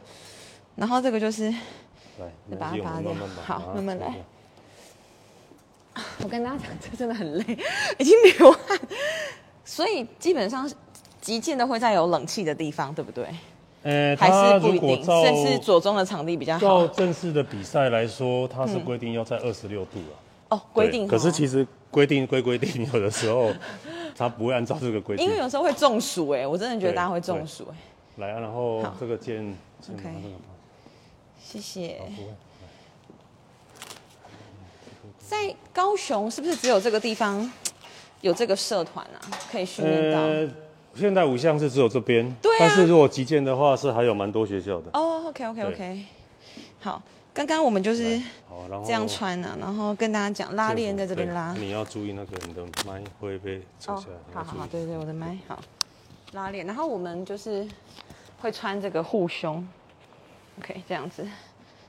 Speaker 1: 然后这个就是 [laughs]
Speaker 2: 来，
Speaker 1: 就
Speaker 2: 没关系
Speaker 1: 把它拔
Speaker 2: 我们
Speaker 1: 掉
Speaker 2: 慢慢拔
Speaker 1: 好
Speaker 2: 把它
Speaker 1: 慢慢
Speaker 2: 拔
Speaker 1: 来
Speaker 2: 掉
Speaker 1: 我跟大家讲，这真的很累，已经流汗，所以基本上击剑都会在有冷气的地方，对不对？
Speaker 2: 呃，
Speaker 1: 还
Speaker 2: 它
Speaker 1: 是不
Speaker 2: 如
Speaker 1: 一
Speaker 2: 果
Speaker 1: 定，
Speaker 2: 照
Speaker 1: 甚至左中的场地比较好嗯
Speaker 2: 照正式的比赛来说，它是规定要在二十六度啊。
Speaker 1: 哦，
Speaker 2: 对
Speaker 1: 规定哦。
Speaker 2: 可是其实规定归规定，有的时
Speaker 1: [laughs]
Speaker 2: 候它不会按照这个规定
Speaker 1: 因为有时候会中暑哎、我真的觉得大家会中暑哎、
Speaker 2: 来啊。然后
Speaker 1: 好
Speaker 2: 这个键先拿
Speaker 1: OK
Speaker 2: 这个吧
Speaker 1: 谢谢。
Speaker 2: 哦不会
Speaker 1: 在高雄是不是只有这个地方有这个社团啊？可以训练到、
Speaker 2: 呃，现在五项是只有这边，
Speaker 1: 对啊
Speaker 2: 但是如果击剑的话，是还有蛮多学校的。
Speaker 1: 哦，OK，OK，OK、o k
Speaker 2: 对
Speaker 1: OK OK，好，刚刚我们就是
Speaker 2: 好，然后
Speaker 1: 这样穿啊，然后跟大家讲拉链在这边拉
Speaker 2: 对。你要注意那个你的麦会被扯
Speaker 1: 哦
Speaker 2: 下来，，你
Speaker 1: 好
Speaker 2: 要
Speaker 1: 好
Speaker 2: 注
Speaker 1: 好，
Speaker 2: 意。
Speaker 1: 对对，我的麦好，拉链。然后我们就是会穿这个护胸，OK，这样子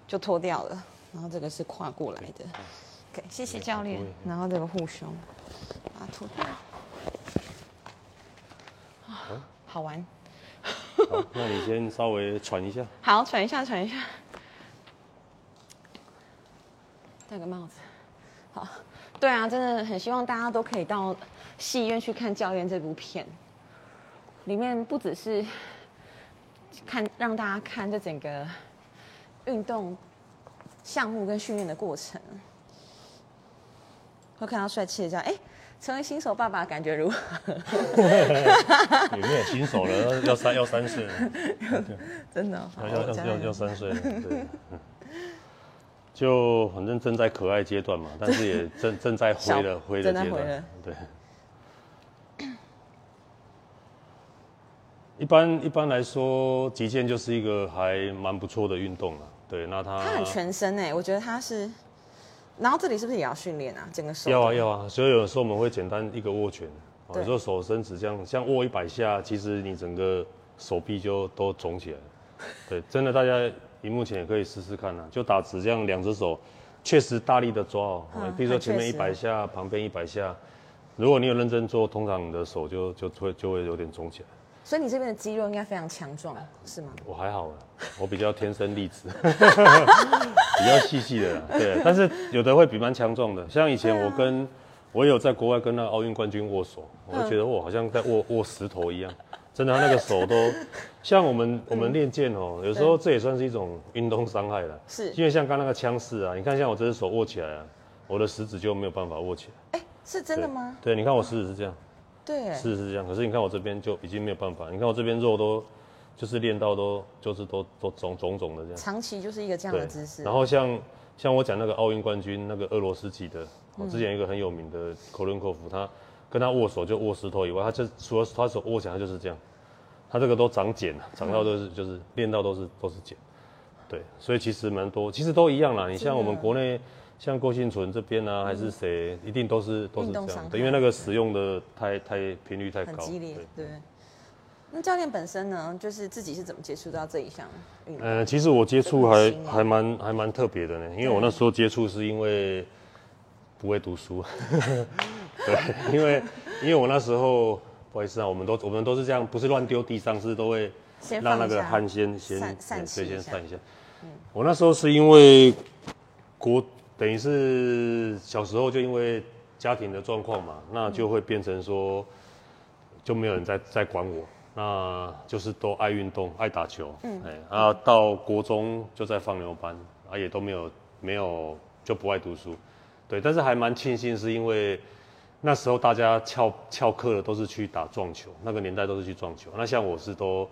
Speaker 1: 就脱掉了。然后这个是跨过来的，OK，谢谢教练
Speaker 2: 不会。
Speaker 1: 然后这个护胸，把它脱掉。
Speaker 2: 啊
Speaker 1: 好玩。
Speaker 2: 好，那你先稍微喘一下。
Speaker 1: 好，喘一下，喘一下，戴个帽子。好，对啊，真的很希望大家都可以到戏院去看《教练》这部片，里面不只是看让大家看这整个运动项目跟训练的过程，会看到帅气的教哎。成为新手爸爸感觉如何？
Speaker 2: 有没有新手了？要三要三岁了，
Speaker 1: 真的哦、好
Speaker 2: 要要
Speaker 1: 我加
Speaker 2: 要
Speaker 1: 油
Speaker 2: 要要三岁
Speaker 1: [laughs]
Speaker 2: 了，对。嗯就反正正在可爱阶段嘛，但是也正正在灰了
Speaker 1: 小
Speaker 2: 灰
Speaker 1: 正
Speaker 2: 的
Speaker 1: 在
Speaker 2: 阶
Speaker 1: 灰了
Speaker 2: 段，对。一般一般来说，击剑就是一个还蛮不错的运动了。对，那它
Speaker 1: 他很全身哎、我觉得他是。然后这里是不是也要训练啊？整个手
Speaker 2: 要啊要啊，所以有时候我们会简单一个握拳，哦
Speaker 1: 对
Speaker 2: 有时候手伸直这样，像握一百下，其实你整个手臂就都肿起来了。对，真的大家荧幕前也可以试试看啊，就打直这样，两只手确实大力的抓哦，
Speaker 1: 嗯
Speaker 2: 比如说前面
Speaker 1: 很
Speaker 2: 一
Speaker 1: 确实
Speaker 2: 百下，旁边一百下，如果你有认真做，通常你的手就就会就会有点肿起来。
Speaker 1: 所以你这边的肌肉应该非常强壮，是吗？
Speaker 2: 我还好啦，啊我比较天生丽质， [laughs] 比较细细的啦，对。啊但是有的会比蛮强壮的，像以前
Speaker 1: 啊
Speaker 2: 我跟、我也有在国外跟那奥运冠军握手，
Speaker 1: 嗯
Speaker 2: 我就觉得我好像在握握石头一样，真的，他那个手都 [laughs] 像我
Speaker 1: 嗯
Speaker 2: 们我们练剑哦，有时候这也算是一种运动伤害了，
Speaker 1: 是
Speaker 2: 因为像刚那个枪式啊，你看像我这只手握起来啊，我的食指就没有办法握起来，
Speaker 1: 哎、是真的吗？
Speaker 2: 对，你看我食指是这样。
Speaker 1: 对欸，
Speaker 2: 是是这样，可是你看我这边就已经没有办法，你看我这边肉都就是练到都就是都都肿肿肿的这样。
Speaker 1: 长期就是一个这样的姿势。
Speaker 2: 然后像像我讲那个奥运冠军那个俄罗斯籍的，
Speaker 1: 嗯
Speaker 2: 我之前一个很有名的科伦科夫，他跟他握手就握石头以外，他就除了他手握起来他就是这样，他这个都长茧了，长到都
Speaker 1: 嗯
Speaker 2: 是就是练到都是都是茧。对，所以其实蛮多，其实都一样啦。你像我们国内，像郭幸存这边啊，还是谁，一定都是都
Speaker 1: 嗯
Speaker 2: 是
Speaker 1: 运
Speaker 2: 这
Speaker 1: 动伤
Speaker 2: 样
Speaker 1: 害
Speaker 2: 的，因为那个使用的太太频率太
Speaker 1: 很
Speaker 2: 高，
Speaker 1: 激烈
Speaker 2: 对，
Speaker 1: 对。那教练本身呢，就是自己是怎么接触到这一项运动？
Speaker 2: 呃，其实我接
Speaker 1: 嗯
Speaker 2: 触
Speaker 1: 这个很
Speaker 2: 还
Speaker 1: 新欸
Speaker 2: 还蛮还蛮特别的呢，因为我那时候接触是因为不会读书， [laughs] 对，因为因为我那时候不好意思啊，我们都我们都是这样，不是乱丢地上，是都会
Speaker 1: 先
Speaker 2: 让
Speaker 1: 放
Speaker 2: 那
Speaker 1: 一
Speaker 2: 个
Speaker 1: 下
Speaker 2: 汗先先
Speaker 1: 散
Speaker 2: 对
Speaker 1: 散气
Speaker 2: 对
Speaker 1: 一
Speaker 2: 先
Speaker 1: 下嗯
Speaker 2: 散一下。我那时候是因为国等于是小时候就因为家庭的状况嘛，那
Speaker 1: 嗯
Speaker 2: 就会变成说就没有人在在管我，那就是都爱运动、爱打球，嗯，哎，啊，到国中就在放牛班，啊，也都没有没有就不爱读书，对，但是还蛮庆幸是因为。那时候大家翘翘课的都是去打撞球，那个年代都是去撞球。那像我是都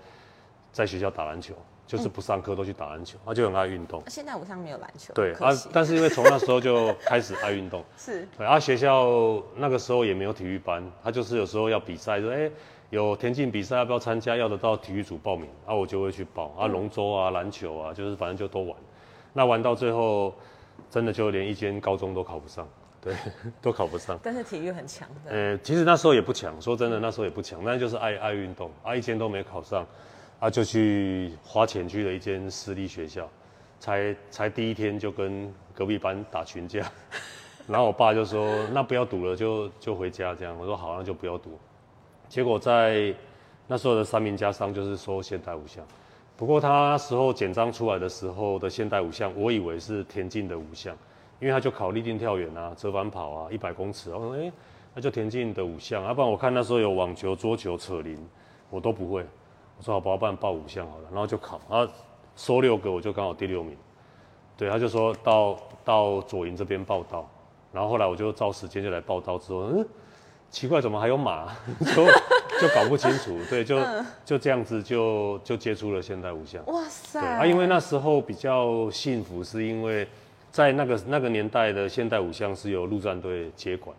Speaker 2: 在学校打篮球，
Speaker 1: 嗯
Speaker 2: 就是不上课都去打篮球，啊他、就很爱运动。
Speaker 1: 啊现在舞上没有篮球，
Speaker 2: 对
Speaker 1: 呃可
Speaker 2: 啊
Speaker 1: 惜，
Speaker 2: 但是因为从那时候就开始爱运动，
Speaker 1: 是
Speaker 2: 对啊，学校那个时候也没有体育班，他就是有时候要比赛，说哎、有田径比赛要不要参加，要得到体育组报名，啊我就会去报啊龙舟啊篮球啊，就是反正就都玩，那玩到最后真的就连一间高中都考不上，对， [laughs] 都考不上。
Speaker 1: 但是体育很强的，
Speaker 2: 呃，其实那时候也不强，说真的，那时候也不强，但是就是爱爱运动，啊，一间都没考上，啊，就去花钱去了一间私立学校，才才第一天就跟隔壁班打群架， [laughs] 然后我爸就说那不要读了，就就回家这样，我说好，那就不要读，结果在那时候的三名家商就是说现代五项，不过他那时候简章出来的时候的现代五项，我以为是田径的五项，因为他就考立定跳远啊、折返跑啊、一百公尺啊，我说哎、诶那就田径的五项，要、啊不然我看那时候有网球、桌球、扯铃，我都不会。我说好吧，不然报五项好了，然后就考，然后收六个，我就刚好第六名。对，他就说到到左营这边报道，然后后来我就照时间就来报道，之后嗯，奇怪，怎么还有马？ [laughs] 就就搞不清楚，对，就就这样子就就接触了现代五项。
Speaker 1: 哇塞！
Speaker 2: 对啊，因为那时候比较幸福，是因为在那个那个年代的现代五项是由陆战队接管。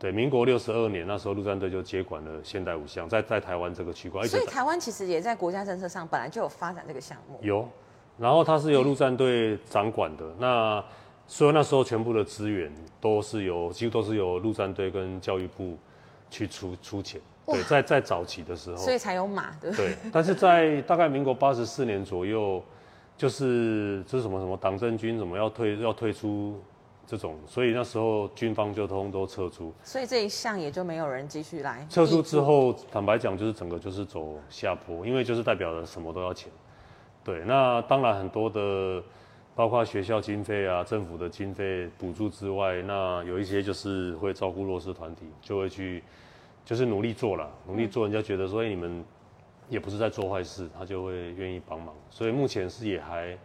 Speaker 2: 对，民国六十二年那时候陆战队就接管了现代五项，在在台湾这个区块，而且
Speaker 1: 所以台湾其实也在国家政策上本来就有发展这个项目，
Speaker 2: 有，然后它是由陆战队掌管的。那所以那时候全部的资源都是由几乎都是由陆战队跟教育部去出出钱。对，在在早期的时候，
Speaker 1: 所以才有马，对不对？
Speaker 2: 对，但是在大概民国八十四年左右，就是就是什么什么党政军什么要退要退出这种，所以那时候军方就通通都撤出。
Speaker 1: 所以这一项也就没有人继续来。
Speaker 2: 撤出之后，坦白讲，就是整个就是走下坡，因为就是代表了什么都要钱。对，那当然很多的，包括学校经费啊、政府的经费补助之外，那有一些就是会照顾弱势团体，就会去就是努力做了，
Speaker 1: 嗯
Speaker 2: 努力做，人家觉得说，哎，你们也不是在做坏事，他就会愿意帮忙。所以目前是也还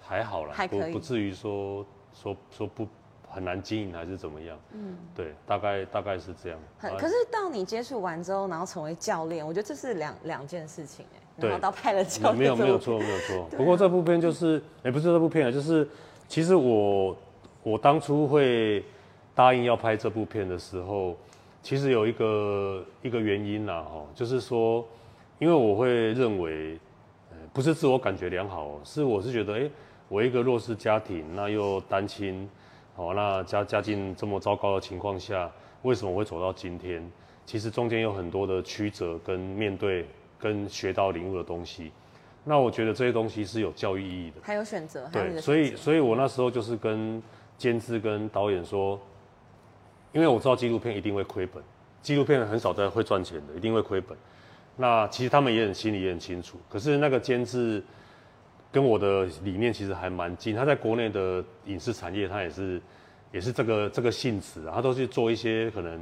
Speaker 2: 还好啦，
Speaker 1: 还
Speaker 2: 不
Speaker 1: 可以
Speaker 2: 不至于说说说不很难经营还是怎么样。嗯，对，大概大概是这样。
Speaker 1: 很，
Speaker 2: 啊
Speaker 1: 可是到你接触完之后，然后成为教练，我觉得这是两两件事情哎、
Speaker 2: 对
Speaker 1: 然后到派了教练，
Speaker 2: 没有没有，错没有错。不过这部片就是，也、不是这部片啊，就是其实我我当初会答应要拍这部片的时候，其实有一个一个原因啦、哈，就是说，因为我会认为，呃，不是自我感觉良好哦，是我是觉得，哎、我一个弱势家庭，那又单亲，好、那家家境这么糟糕的情况下，为什么会走到今天？其实中间有很多的曲折跟面对跟学到领悟的东西。那我觉得这些东西是有教育意义的。
Speaker 1: 还有选择，还有你
Speaker 2: 对，
Speaker 1: 的
Speaker 2: 所以
Speaker 1: 选择嗯
Speaker 2: 所以我那时候就是跟监制跟导演说，因为我知道纪录片一定会亏本，纪录片很少在会赚钱的，一定会亏本。那其实他们也很心里也很清楚，可是那个监制跟我的理念其实还蛮近，他在国内的影视产业，他也是也是这个这个性质、啊，他都去做一些可能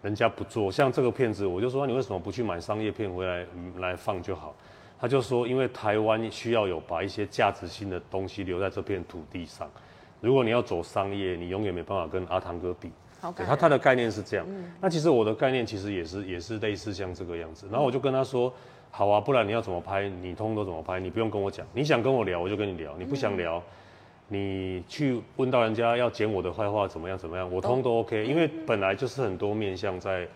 Speaker 2: 人家不做，像这个片子，我就说你为什么不去买商业片回来、嗯来放就好？他就说，因为台湾需要有把一些价值性的东西留在这片土地上。如果你要走商业，你永远没办法跟阿汤哥比。
Speaker 1: 好
Speaker 2: 对
Speaker 1: 感
Speaker 2: 他
Speaker 1: 人。
Speaker 2: 他的概念是这样。那其实我的概念其实也是也是类似像这个样子。然后我就跟他说，好啊，不然你要怎么拍，你通都怎么拍，你不用跟我讲。你想跟我聊，我就跟你聊；你不想聊，你去问到人家要剪我的坏话怎么样怎么样，我通都 OK。因为本来就是很多面向在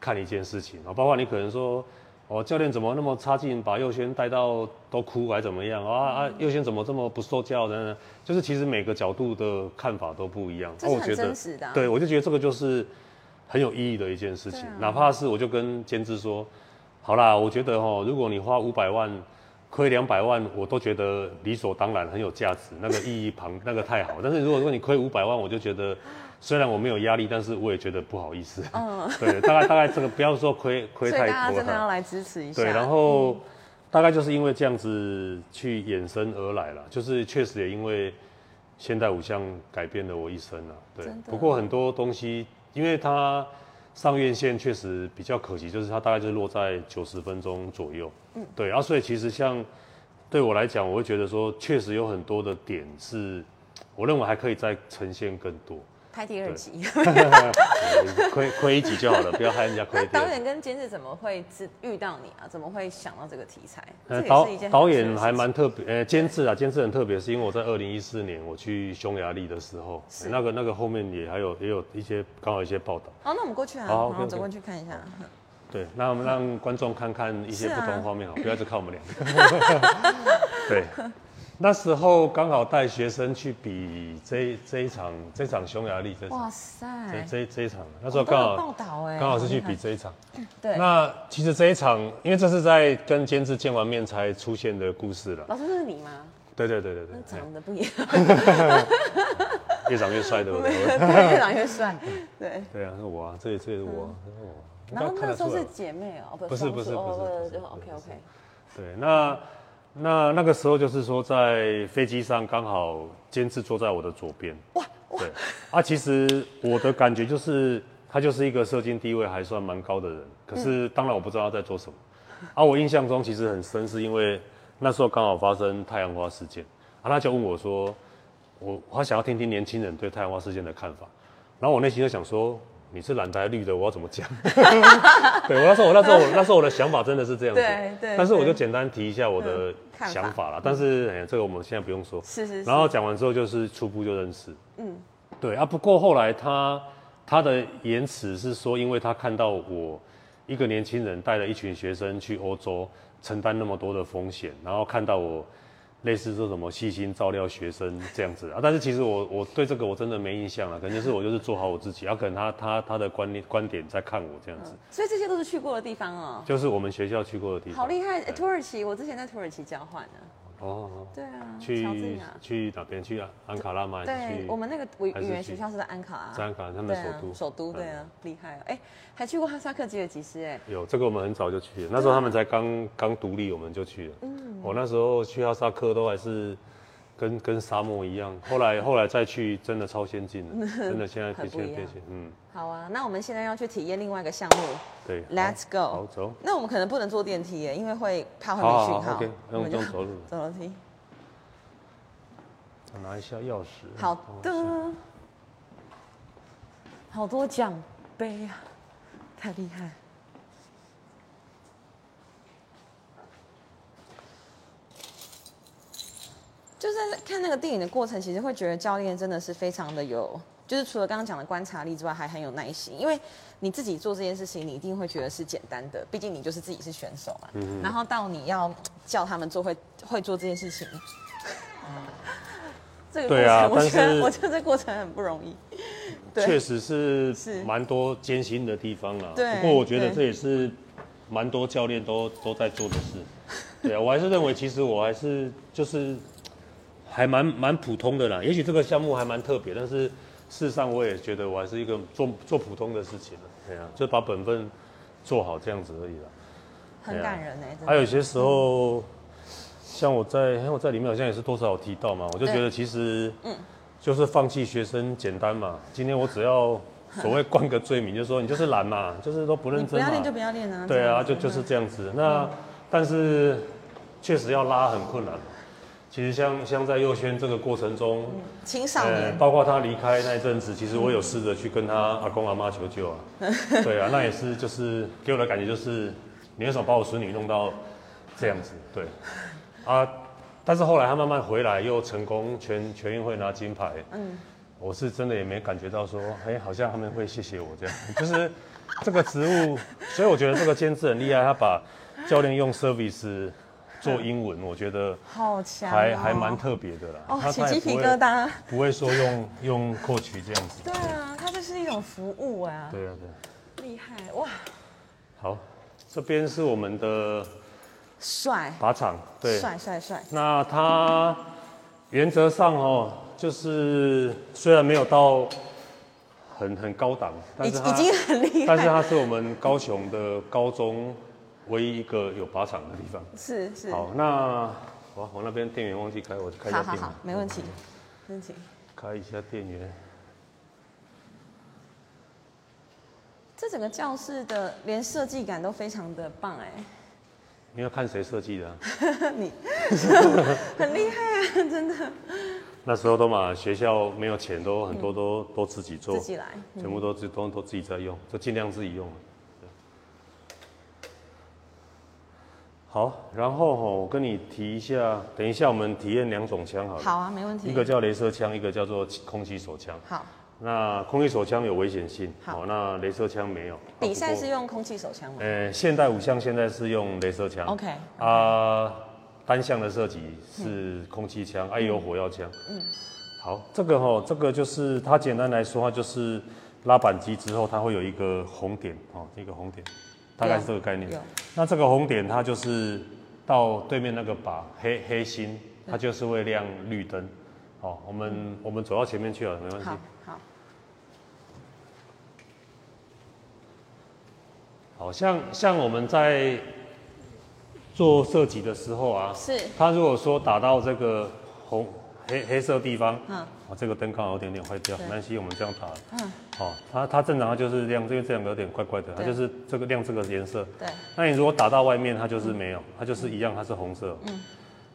Speaker 2: 看一件事情啊，包括你可能说。哦，教练怎么那么差劲，把佑轩带到都哭还怎么样啊
Speaker 1: 嗯
Speaker 2: 啊！佑轩怎么这么不受教等等，就是其实每个角度的看法都不一样。
Speaker 1: 这
Speaker 2: 啊
Speaker 1: 是
Speaker 2: 我觉
Speaker 1: 很
Speaker 2: 得
Speaker 1: 真实的啊
Speaker 2: 对，我就觉得这个就是很有意义的一件事情。
Speaker 1: 对啊
Speaker 2: 哪怕是我就跟监制说，好啦，我觉得哈，如果你花五百万亏两百万，我都觉得理所当然，很有价值，那个意义旁那个太好。但是如果说你亏五百万，我就觉得虽然我没有压力，但是我也觉得不好意思。嗯， [laughs] 对，大概大概这个不要说亏亏
Speaker 1: 所以
Speaker 2: 太
Speaker 1: 大
Speaker 2: 多
Speaker 1: 家真的
Speaker 2: 哈
Speaker 1: 要来支持一下。嗯
Speaker 2: 对，然后大概就是因为这样子去衍生而来了，就是确实也因为现代五项改变了我一生了。啊对
Speaker 1: 真，的
Speaker 2: 不过很多东西，因为它上院线确实比较可惜，就是它大概就落在九十分钟左右。嗯，对，然、后所以其实像对我来讲，我会觉得说，确实有很多的点是我认为还可以再呈现更多。
Speaker 1: 拍第二 [laughs] 集。
Speaker 2: 嗯亏亏一集就好了，不要害人家亏
Speaker 1: 那 [laughs]
Speaker 2: 一点
Speaker 1: 导。演跟监制怎么会知遇到你啊？怎么会想到这个题材？
Speaker 2: 呃，
Speaker 1: 这
Speaker 2: 导
Speaker 1: 也是一件很有
Speaker 2: 导
Speaker 1: 趣的事情
Speaker 2: 演还蛮特别，呃，监制啊，监制很特别，是因为我在二零一四年我去匈牙利的时候，
Speaker 1: 是
Speaker 2: 呃那个那个后面也还有也有一些刚好一些报道，
Speaker 1: 好，那我们过去啊，
Speaker 2: 好
Speaker 1: 然
Speaker 2: ，OK，OK
Speaker 1: 后走过去看一下。
Speaker 2: 对，那我们让观众看看一些
Speaker 1: 嗯是
Speaker 2: 不
Speaker 1: 啊
Speaker 2: 同画面，好，不要只看我们两个。
Speaker 1: [laughs]
Speaker 2: 对，那时候刚好带学生去比这一这一场这场匈牙利这场
Speaker 1: 哇塞，
Speaker 2: 这这这一场，那时
Speaker 1: 都有
Speaker 2: 候刚
Speaker 1: 报
Speaker 2: 好
Speaker 1: 道哎，
Speaker 2: 刚好是去
Speaker 1: 好厉
Speaker 2: 比
Speaker 1: 害
Speaker 2: 这一场。
Speaker 1: 嗯对。
Speaker 2: 那其实这一场，因为这是在跟监制见完面才出现的故事了。
Speaker 1: 老师，这是你吗？
Speaker 2: 对对对对对，
Speaker 1: 长得不一样，
Speaker 2: 对越长越帅，
Speaker 1: [laughs]
Speaker 2: 对不对？
Speaker 1: 对越长越帅。对，
Speaker 2: 对啊，是我啊，这里这里是我、啊，这是我啊。
Speaker 1: 嗯然后那
Speaker 2: 看得
Speaker 1: 个时候
Speaker 2: 出来
Speaker 1: 是
Speaker 2: 吧
Speaker 1: 姐妹哦，
Speaker 2: 不是不是不是不是
Speaker 1: OK
Speaker 2: 不是
Speaker 1: OK，
Speaker 2: 对，那那那个时候就是说，在飞机上刚好监制坐在我的左边。哇对啊，其实我的感觉就是，他就是一个社经地位还算蛮高的人。可
Speaker 1: 嗯
Speaker 2: 是当然我不知道他在做什么。啊，我印象中其实很深，是因为那时候刚好发生太阳花事件，啊，他就问我说，我他想要听听年轻人对太阳花事件的看法。然后我内心就想说，你是蓝的还是绿的，我要怎么讲？ [laughs] 对我那时候，我那时候我那时候我的想法真的是这样子。
Speaker 1: 对对
Speaker 2: 但是我就
Speaker 1: 对
Speaker 2: 简单提一下我的
Speaker 1: 嗯看法
Speaker 2: 想法啦，但是哎，这个我们现在不用说。
Speaker 1: 是是是
Speaker 2: 然后讲完之后就是初步就认识。嗯，对啊。不过后来他他的言辞是说，因为他看到我一个年轻人带了一群学生去欧洲，承担那么多的风险，然后看到我类似说什么细心照料学生这样子啊。但是其实我我对这个我真的没印象了，可能就是我就是做好我自己，啊，可能他他他的观念观点在看我这样子，
Speaker 1: 所以这些都是去过的地方哦，
Speaker 2: 就是我们学校去过的地方。
Speaker 1: 好厉害！
Speaker 2: 对
Speaker 1: 土耳其，我之前在土耳其交换呢，
Speaker 2: 哦，
Speaker 1: 对啊，乔治
Speaker 2: 去
Speaker 1: 亚。
Speaker 2: 去哪边？去安啊安卡拉吗？还是
Speaker 1: 对
Speaker 2: 去
Speaker 1: 我们那个语
Speaker 2: 还是
Speaker 1: 语言
Speaker 2: 去
Speaker 1: 学校是在安卡拉，
Speaker 2: 在安卡拉他们
Speaker 1: 对啊
Speaker 2: 首都嗯
Speaker 1: 首都对啊，厉害啊！哎，还去过哈萨克吉尔吉斯哎，
Speaker 2: 有这个，我们很早就
Speaker 1: 啊
Speaker 2: 去了。那时候他们才刚刚独立，我们就去了。嗯，我那时候去哈萨克都还是跟跟沙漠一样。后
Speaker 1: [laughs]
Speaker 2: 来后来再去，真的超先进了，真的现在
Speaker 1: 很
Speaker 2: 变
Speaker 1: 不一
Speaker 2: 现
Speaker 1: 样
Speaker 2: 变现。嗯，
Speaker 1: 好啊，那我们现在要去体验另外一个项目
Speaker 2: 对。
Speaker 1: ，Let's
Speaker 2: 好
Speaker 1: go。
Speaker 2: 好走。
Speaker 1: 那我们可能不能坐电梯耶，因为会怕会
Speaker 2: 好
Speaker 1: 没
Speaker 2: 好
Speaker 1: 讯
Speaker 2: 好
Speaker 1: 号
Speaker 2: ，OK，，那我们
Speaker 1: 就
Speaker 2: 就走路。
Speaker 1: [laughs] 走楼梯。
Speaker 2: 我拿一下钥匙。
Speaker 1: 好
Speaker 2: 等我一下。
Speaker 1: 的，好多奖杯啊，太厉害。就是在看那个电影的过程，其实会觉得教练真的是非常的有，就是除了刚刚讲的观察力之外，还很有耐心。因为你自己做这件事情，你一定会觉得是简单的，毕竟你就是自己是选手
Speaker 2: 嗯
Speaker 1: 嘛。然后到你要叫他们做会会做这件事情，这个过
Speaker 2: 嗯对啊
Speaker 1: 程，我觉
Speaker 2: 但是
Speaker 1: 得我觉得这过程很不容易。对
Speaker 2: 确实是
Speaker 1: 是
Speaker 2: 蛮多艰辛的地方啦。
Speaker 1: 对
Speaker 2: 不过我觉得
Speaker 1: 对
Speaker 2: 这也是蛮多教练都都在做的
Speaker 1: [laughs]
Speaker 2: 事。对啊，我还是认为其实我还是就是还蛮蛮普通的啦。也许这个项目还蛮特别，但是事实上我也觉得我还是一个做做普通的事情了。对啊，就把本分做好这样子而已啦。
Speaker 1: 很
Speaker 2: 对啊
Speaker 1: 感人哎、真
Speaker 2: 还有
Speaker 1: 的。
Speaker 2: 些时候，像我在像我在里面好像也是多少有提到嘛，我就
Speaker 1: 对嗯
Speaker 2: 觉得其实，就是放弃学生简单嘛。今天我只要所谓冠个罪名，就是说你就是懒嘛，就是都
Speaker 1: 嗯
Speaker 2: 不
Speaker 1: 你
Speaker 2: 认
Speaker 1: 不
Speaker 2: 真
Speaker 1: 要练
Speaker 2: 嘛
Speaker 1: 就。不要练啊。嗯
Speaker 2: 对啊，
Speaker 1: 这
Speaker 2: 就
Speaker 1: 样
Speaker 2: 就是这样子。那但是确实要拉很困难。其实像像在右轩这个过程中，
Speaker 1: 嗯青少
Speaker 2: 呃
Speaker 1: 年，
Speaker 2: 包括他离开那一阵子，其实我有试着去跟他阿公阿妈求
Speaker 1: [laughs]
Speaker 2: 救啊。对啊，那也是就是给我的感觉就是，你为什么把我孙女弄到这样子？对，啊，但是后来他慢慢回来，又成功全全运会拿金牌。嗯，我是真的也没感觉到说，哎、好像他们会谢谢我这样，就是这个职务，所以我觉得这个监制很厉害，他把教练用 service 做英文，我觉得。
Speaker 1: 好强、哦，
Speaker 2: 还还蛮特别的啦，
Speaker 1: 哦
Speaker 2: 他
Speaker 1: 起
Speaker 2: 他也
Speaker 1: 鸡
Speaker 2: 不
Speaker 1: 皮
Speaker 2: 会
Speaker 1: 疙瘩
Speaker 2: 不会说用用获取这样子。
Speaker 1: 对啊，它就是一种服务啊，
Speaker 2: 对啊，对啊。
Speaker 1: 厉害哇，
Speaker 2: 好，这边是我们的
Speaker 1: 帅，
Speaker 2: 靶场，对。
Speaker 1: 帅帅帅，
Speaker 2: 那它原则上哦，就是虽然没有到很很高档，
Speaker 1: 已
Speaker 2: 但是
Speaker 1: 已
Speaker 2: 它
Speaker 1: 经很厉
Speaker 2: 但是
Speaker 1: 害，
Speaker 2: 它是我们高雄的高中唯一一个有靶场的地方。
Speaker 1: 是是，
Speaker 2: 好，那我我那边电源忘记开，我开一下
Speaker 1: 好好
Speaker 2: 电源
Speaker 1: 好，，没问题，没问题，
Speaker 2: 开一下电源。
Speaker 1: 这整个教室的连设计感都非常的棒哎、
Speaker 2: 你要看谁设计的啊、
Speaker 1: [laughs]
Speaker 2: [laughs]
Speaker 1: 你很厉害啊，真的，
Speaker 2: 那时候都嘛，学校没有钱，都很多都、都自己做，
Speaker 1: 嗯自己来，嗯
Speaker 2: 全部都自都都自己在用，就尽量自己用。对好，然后吼、我跟你提一下，等一下我们体验两种枪好了，
Speaker 1: 好啊，没问题，
Speaker 2: 一个啊叫镭射枪，一个叫做空气手枪。
Speaker 1: 好，
Speaker 2: 那空气手枪有危险性，
Speaker 1: 好
Speaker 2: 那镭射枪没有。
Speaker 1: 比
Speaker 2: 啊
Speaker 1: 赛
Speaker 2: 不过
Speaker 1: 是用空气手枪吗
Speaker 2: 呃，现代五项现在是用镭射枪。
Speaker 1: ？OK，
Speaker 2: 啊，单向的射击是
Speaker 1: 嗯
Speaker 2: 空气枪，还、有火药枪。嗯，好，这个哈、这个就是它简单来说，它就是拉扳机之后，它会有一个红点哦，一个红点，大概是这个概念
Speaker 1: 有。
Speaker 2: 那这个红点它就是到对面那个靶黑黑心，它就是会亮绿灯。哦，我们、我们走到前面去了，没关
Speaker 1: 嗯
Speaker 2: 系。
Speaker 1: 好好，
Speaker 2: 好像像我们在做射击的时候啊，
Speaker 1: 是
Speaker 2: 它如果说打到这个红黑黑色地方，
Speaker 1: 嗯
Speaker 2: 啊，这个灯刚好有点点坏掉，
Speaker 1: 对
Speaker 2: 没关系，我们这样打，
Speaker 1: 嗯，
Speaker 2: 好、它它正常它就是亮，因为这两个有点怪怪的，它
Speaker 1: 对
Speaker 2: 就是这个亮这个颜色。
Speaker 1: 对，
Speaker 2: 那你如果打到外面，它就是没有，它就是一样，它是红色。嗯，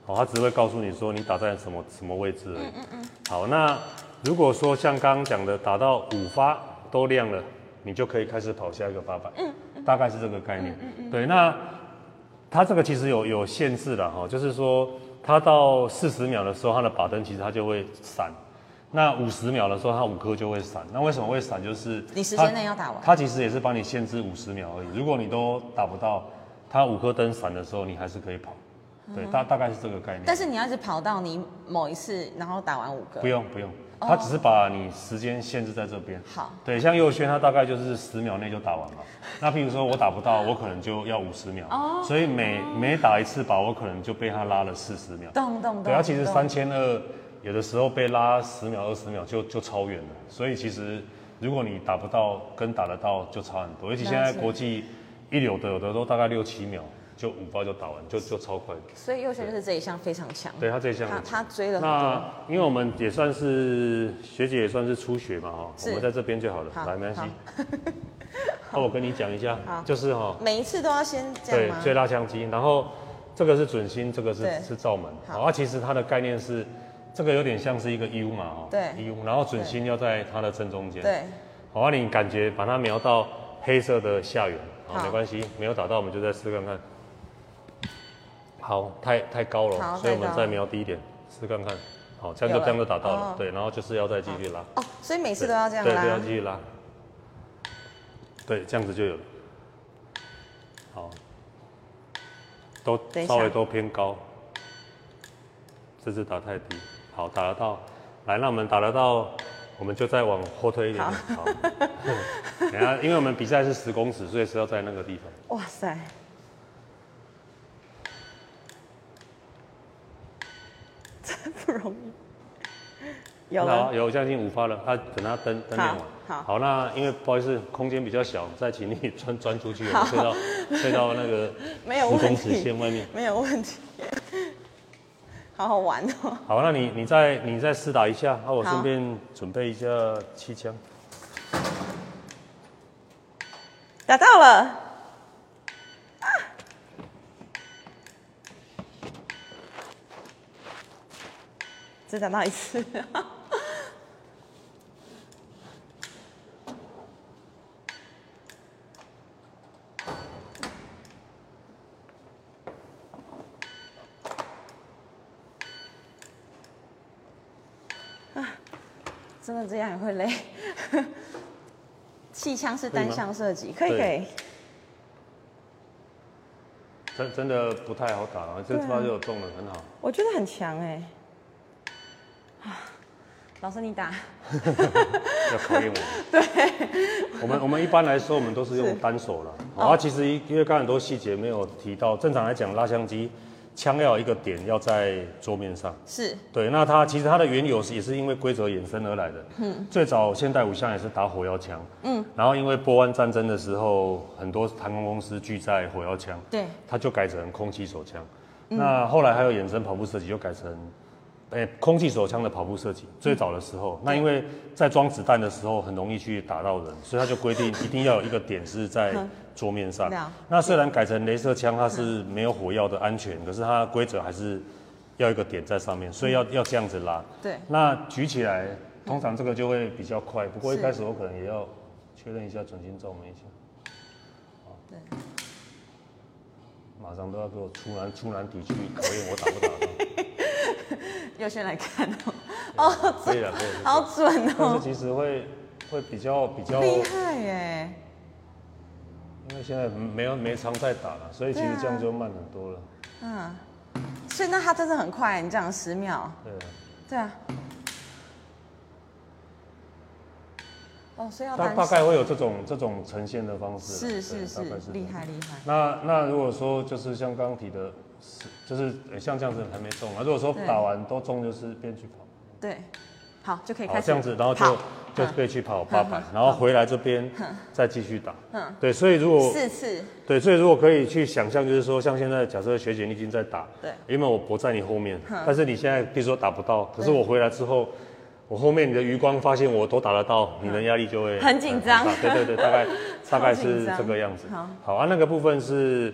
Speaker 2: 好、它只会告诉你说你打在什么什么位置而已。嗯嗯好，那如果说像刚刚讲的，打到五发都亮了，你就可以开始跑下一个八百。嗯大概是这个概念。嗯嗯对，那它这个其实有有限制了哈、就是说它到四十秒的时候，它的靶灯其实它就会闪。那五十秒的时候，它五颗就会闪。那为什么会闪？就是
Speaker 1: 你时
Speaker 2: 它
Speaker 1: 间内要打完
Speaker 2: 它其实也是帮你限制五十秒而已。如果你都打不到，它五颗灯闪的时候，你还是可以跑。对，
Speaker 1: 嗯
Speaker 2: 大大概是这个概念。
Speaker 1: 但是你要是跑到你某一次，然后打完五个，
Speaker 2: 不用不用，他只是把你时间限制在这边。
Speaker 1: 哦好
Speaker 2: 对，像右轩他大概就是十秒内就打完嘛。那譬如说我打不到，我可能就要五十秒。哦。所以每每打一次靶，我可能就被他拉了四十秒。
Speaker 1: 动动动。
Speaker 2: 对，他其实
Speaker 1: 动
Speaker 2: 三千二，有的时候被拉十秒、二十秒就就超远了。所以其实如果你打不到跟打得到就差很多，尤其现在
Speaker 1: 了解
Speaker 2: 国际一流的有的都大概六七秒就五包就打完，就就超快。
Speaker 1: 所以右旋就是这一项非常强。
Speaker 2: 对他这一项很
Speaker 1: 他
Speaker 2: 强
Speaker 1: 他追了很
Speaker 2: 那
Speaker 1: 多。
Speaker 2: 因为我们也算是学姐，也算是初学嘛哈，
Speaker 1: 是
Speaker 2: 我们在这边就好了，
Speaker 1: 好
Speaker 2: 来没关系
Speaker 1: 好。
Speaker 2: 那我跟你讲一下
Speaker 1: 好，
Speaker 2: 就是哈，
Speaker 1: 每一次都要先这
Speaker 2: 对
Speaker 1: 样吗？
Speaker 2: 最拉枪机，然后这个是准心，这个是
Speaker 1: 对
Speaker 2: 是照门。
Speaker 1: 好
Speaker 2: 好，它啊其实它的概念是，这个有点像是一个 U 嘛哈，
Speaker 1: 对
Speaker 2: U，然后准心要在它的正中间。
Speaker 1: 对，
Speaker 2: 好，那你感觉把它瞄到黑色的下缘，好，
Speaker 1: 好
Speaker 2: 没关系，没有打到我们就再试看看。好，太太高
Speaker 1: 好
Speaker 2: 了，所以我
Speaker 1: 太
Speaker 2: 们
Speaker 1: 高
Speaker 2: 再瞄低一点，试看看。好，这样
Speaker 1: 有
Speaker 2: 就
Speaker 1: 了
Speaker 2: 这样就打到
Speaker 1: 哦
Speaker 2: 了，对，然后就是要再继续拉，
Speaker 1: 哦，所以每次都要这样啊
Speaker 2: 对，对，要
Speaker 1: 拉
Speaker 2: 继。续拉，对，这样子就有了。好，都
Speaker 1: 等一下
Speaker 2: 稍微都偏高，这次打太低，好，打得到，来，那我们打得到，我们就再往后退一点点，好， [laughs] 等一下，因为我们比赛是十公尺，所以是要在那个地方。
Speaker 1: 哇塞， [laughs] 真不容易。有
Speaker 2: 好，
Speaker 1: 了，
Speaker 2: 有将近五发了，他等他灯灯亮完。
Speaker 1: 好好
Speaker 2: 那因为不好意思，空间比较小，再请你 [laughs] 钻钻出去，我们退到退到那个
Speaker 1: 没有
Speaker 2: 十
Speaker 1: 问
Speaker 2: 公尺
Speaker 1: 题
Speaker 2: 线外面。
Speaker 1: 没有问题， [laughs] 好好玩哦。
Speaker 2: 好，那你你再你再试打一下，那我
Speaker 1: 好
Speaker 2: 顺便准备一下气枪。
Speaker 1: 打到了，啊只打到一次。啊啊真的这样也会累。 [laughs] 气枪是单向射击，可以可
Speaker 2: 对
Speaker 1: 以。
Speaker 2: 真真的不太好打啊，这
Speaker 1: 对啊
Speaker 2: 发就有中了，很 [laughs] 好。
Speaker 1: 我觉得很强哎、啊老师你打，
Speaker 2: 要考验我。对，我们我们一般来说，我们都是用单手啦。好啊，其实因为刚才很多细节没有提到，正常来讲，拉枪机枪要有一个点要在桌面上。
Speaker 1: 是
Speaker 2: 对，那它其实它的缘由是也是因为规则衍生而来的。嗯，最早现代五项也是打火药枪。嗯，然后因为波湾战争的时候，很多航空公司拒载火药枪，
Speaker 1: 对
Speaker 2: 它就改成空气手枪。那后来还有衍生跑步射击，就改成，诶、空气手枪的跑步射击。最早的时候，那因为在装子弹的时候很容易去打到人，所以它就规定一定要有一个点是在桌面上
Speaker 1: 了。
Speaker 2: 那虽然改成镭射枪，它是没有火药的安全，可是它的规则还是要一个点在上面，所以要要这样子拉。
Speaker 1: 对
Speaker 2: 那举起来，通常这个就会比较快。不过一
Speaker 1: 是
Speaker 2: 开始我可能也要确认一下准心照门一下。啊
Speaker 1: 对，
Speaker 2: [laughs] 马上都要给我出难出难题去考验我打不打得到。
Speaker 1: 右轩来看哦，哦，
Speaker 2: 可以了，可以
Speaker 1: [laughs]
Speaker 2: 了。
Speaker 1: 好准
Speaker 2: 但是
Speaker 1: 哦，
Speaker 2: 其实会会比较比较，
Speaker 1: 厉
Speaker 2: 因
Speaker 1: 害哎，
Speaker 2: 为现在没有没常在打了，所以其实
Speaker 1: 对啊
Speaker 2: 这样就慢很多了。
Speaker 1: 嗯，所以那他真的很快，你讲十秒，
Speaker 2: 对啊。
Speaker 1: 对啊，哦，所以要
Speaker 2: 大
Speaker 1: 单
Speaker 2: 大概会有这种这种呈现的方式啦。
Speaker 1: 是
Speaker 2: 对
Speaker 1: 是是
Speaker 2: 大概是，这
Speaker 1: 厉
Speaker 2: 样。
Speaker 1: 害厉害，
Speaker 2: 那那如果说就是像刚刚提的，是就是呃像这样子还没中啊。如果说
Speaker 1: 对
Speaker 2: 打完都中，就是边去跑，
Speaker 1: 对，好就可以
Speaker 2: 好
Speaker 1: 开始
Speaker 2: 这样子，然后就
Speaker 1: 跑
Speaker 2: 就
Speaker 1: 嗯
Speaker 2: 可以去跑八百
Speaker 1: 嗯，
Speaker 2: 然后回来这边
Speaker 1: 嗯
Speaker 2: 再继续打
Speaker 1: 嗯。
Speaker 2: 对，所以如果
Speaker 1: 四次，
Speaker 2: 对，所以如果可以去想象，就是说，像现在假设学姐你已经在打，
Speaker 1: 对
Speaker 2: 因为我我在你后面
Speaker 1: 哼，
Speaker 2: 但是你现在比如说打不到，可是我回来之后，我后面你的余光发现我都打得到，你的压力就会
Speaker 1: 很紧张
Speaker 2: 大对对对，大
Speaker 1: [laughs]
Speaker 2: 概大概
Speaker 1: 超紧
Speaker 2: 是
Speaker 1: 张
Speaker 2: 这个样子。
Speaker 1: 好，
Speaker 2: 啊，那个部分是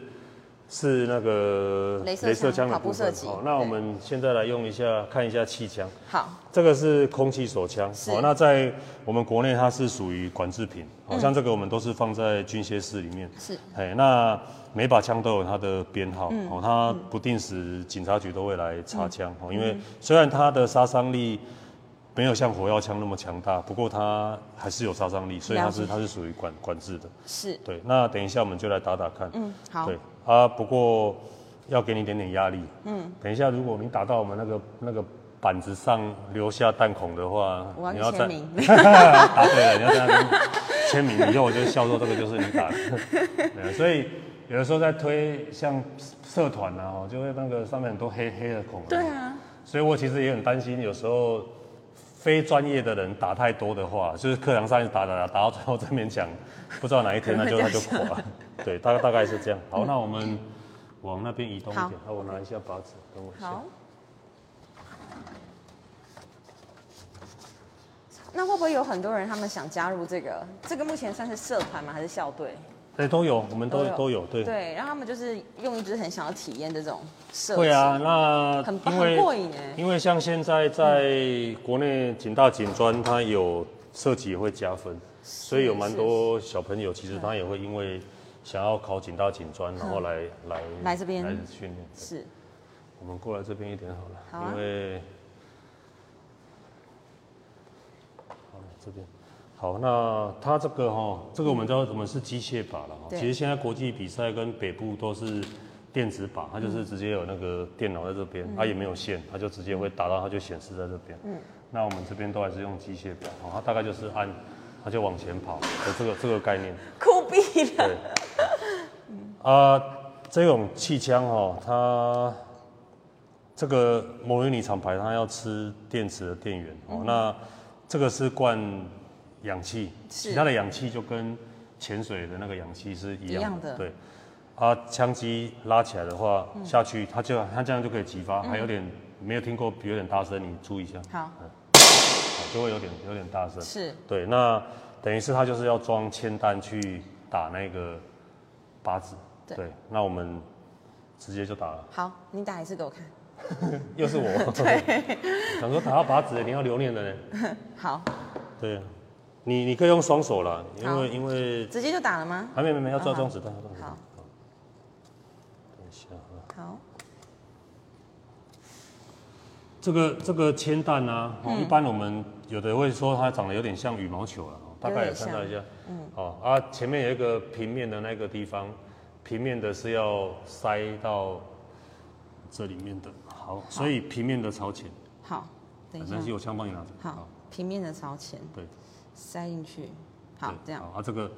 Speaker 2: 是那个
Speaker 1: 镭射枪
Speaker 2: 的
Speaker 1: 跑步
Speaker 2: 部分
Speaker 1: 射。击
Speaker 2: 好，那
Speaker 1: 对
Speaker 2: 我们现在来用一下看一下气枪。
Speaker 1: 好，
Speaker 2: 这个是空气手枪，
Speaker 1: 是
Speaker 2: 哦，那在我们国内它是属于管制品，好、像这个我们都是放在军械室里面。
Speaker 1: 嗯是，
Speaker 2: 哎，那每把枪都有它的编号，
Speaker 1: 嗯
Speaker 2: 哦，它不定时警察局都会来查枪，哦、因为
Speaker 1: 嗯
Speaker 2: 虽然它的杀伤力没有像火药枪那么强大，不过它还是有杀伤力，所以它是
Speaker 1: 了解
Speaker 2: 它是属于管管制的。
Speaker 1: 是，嗯
Speaker 2: 对，那等一下我们就来打打看。
Speaker 1: 嗯，好
Speaker 2: 对，啊，不过要给你一点点压力。嗯，等一下，如果你打到我们那个那个板子上留下弹孔的话，
Speaker 1: 我
Speaker 2: 你
Speaker 1: 要去签
Speaker 2: 在 [laughs]
Speaker 1: 名
Speaker 2: 答对了，你要在那边签名，以后我就笑说这个就是你
Speaker 1: [laughs]
Speaker 2: 打的。对，所以有的时候在推像社团啊，哦就会那个上面很多黑黑的孔。
Speaker 1: 对。啊，
Speaker 2: 所以我其实也很担心，有时候非专业的人打太多的话，就是课堂上一直打打打打到最后正面墙，不知道
Speaker 1: [laughs]
Speaker 2: 哪一天那就
Speaker 1: 可能
Speaker 2: 那
Speaker 1: 会
Speaker 2: 就垮了。 [laughs] 对，大概大概是这样。好，那我们往那边移动一点
Speaker 1: 嗯好。
Speaker 2: 好，我拿一下靶子，等我一下
Speaker 1: 好。。那会不会有很多人他们想加入这个？这个目前算是社团吗？还是校队？
Speaker 2: 哎、都有，我们都都有，对。
Speaker 1: 对，然后他们就是用一支很想要体验这种设计，
Speaker 2: 会啊，，那
Speaker 1: 很
Speaker 2: 因
Speaker 1: 很
Speaker 2: 为
Speaker 1: 过瘾哎。
Speaker 2: 因为像现在在国内警大警专，它有设计也会加分，所以有蛮多小朋友其实他也会因为想要考警大警专，然后来来
Speaker 1: 来这边
Speaker 2: 来训练。
Speaker 1: 是，
Speaker 2: 我们过来这边一点好了，
Speaker 1: 好啊
Speaker 2: 因为好这边好，那它这个哈、这个我们知道我们是机械靶了哈。
Speaker 1: 对
Speaker 2: 其实现在国际比赛跟北部都是电子靶，它
Speaker 1: 嗯
Speaker 2: 就是直接有那个电脑在这边，它也没有线，它就直接会打到，它就显示在这边。嗯，那我们这边都还是用机械靶，哦，它大概就是按，它就往前跑，有这个这个概念。
Speaker 1: 酷毙了。
Speaker 2: 对，啊，这种气枪哦，它这个模拟厂牌它要吃电池的电源
Speaker 1: 嗯
Speaker 2: 哦，那这个是灌氧气，
Speaker 1: 是
Speaker 2: 其他的氧气就跟潜水的那个氧气是一样的，
Speaker 1: 一样的嗯
Speaker 2: 对。啊，枪击拉起来的话，下去它就它这样就可以激发，还有点没有听过，有点大声，你注意一下，
Speaker 1: 好，
Speaker 2: 就会有点有点大声。
Speaker 1: 是
Speaker 2: 对，那等于是他就是要装铅弹去打那个靶子。
Speaker 1: 对
Speaker 2: 那我们直接就打了，
Speaker 1: 好，你打一次给我看。
Speaker 2: 又
Speaker 1: [laughs]
Speaker 2: 是我。想说打到靶子，你要留念的呢。
Speaker 1: 好，
Speaker 2: 对，啊你你可以用双手啦，因
Speaker 1: 好
Speaker 2: 为因为
Speaker 1: 直接就打了吗？
Speaker 2: 还没没没要
Speaker 1: 啊好
Speaker 2: 照装子弹，要装子弹。
Speaker 1: 好
Speaker 2: 等一下啊。
Speaker 1: 好，
Speaker 2: 这个这个铅弹啊，
Speaker 1: 嗯
Speaker 2: 哦一般我们有的会说它长得有点像羽毛球了、哦，大概也看到一下。嗯，哦啊，前面有一个平面的那个地方，平面的是要塞到这里面的，好，所以平面的朝前，
Speaker 1: 好，等一
Speaker 2: 没
Speaker 1: 下
Speaker 2: 关，系，我枪帮你拿着。
Speaker 1: 好，平面的朝前
Speaker 2: 对，
Speaker 1: 塞进去，好
Speaker 2: 对，
Speaker 1: 这样，
Speaker 2: 啊，这个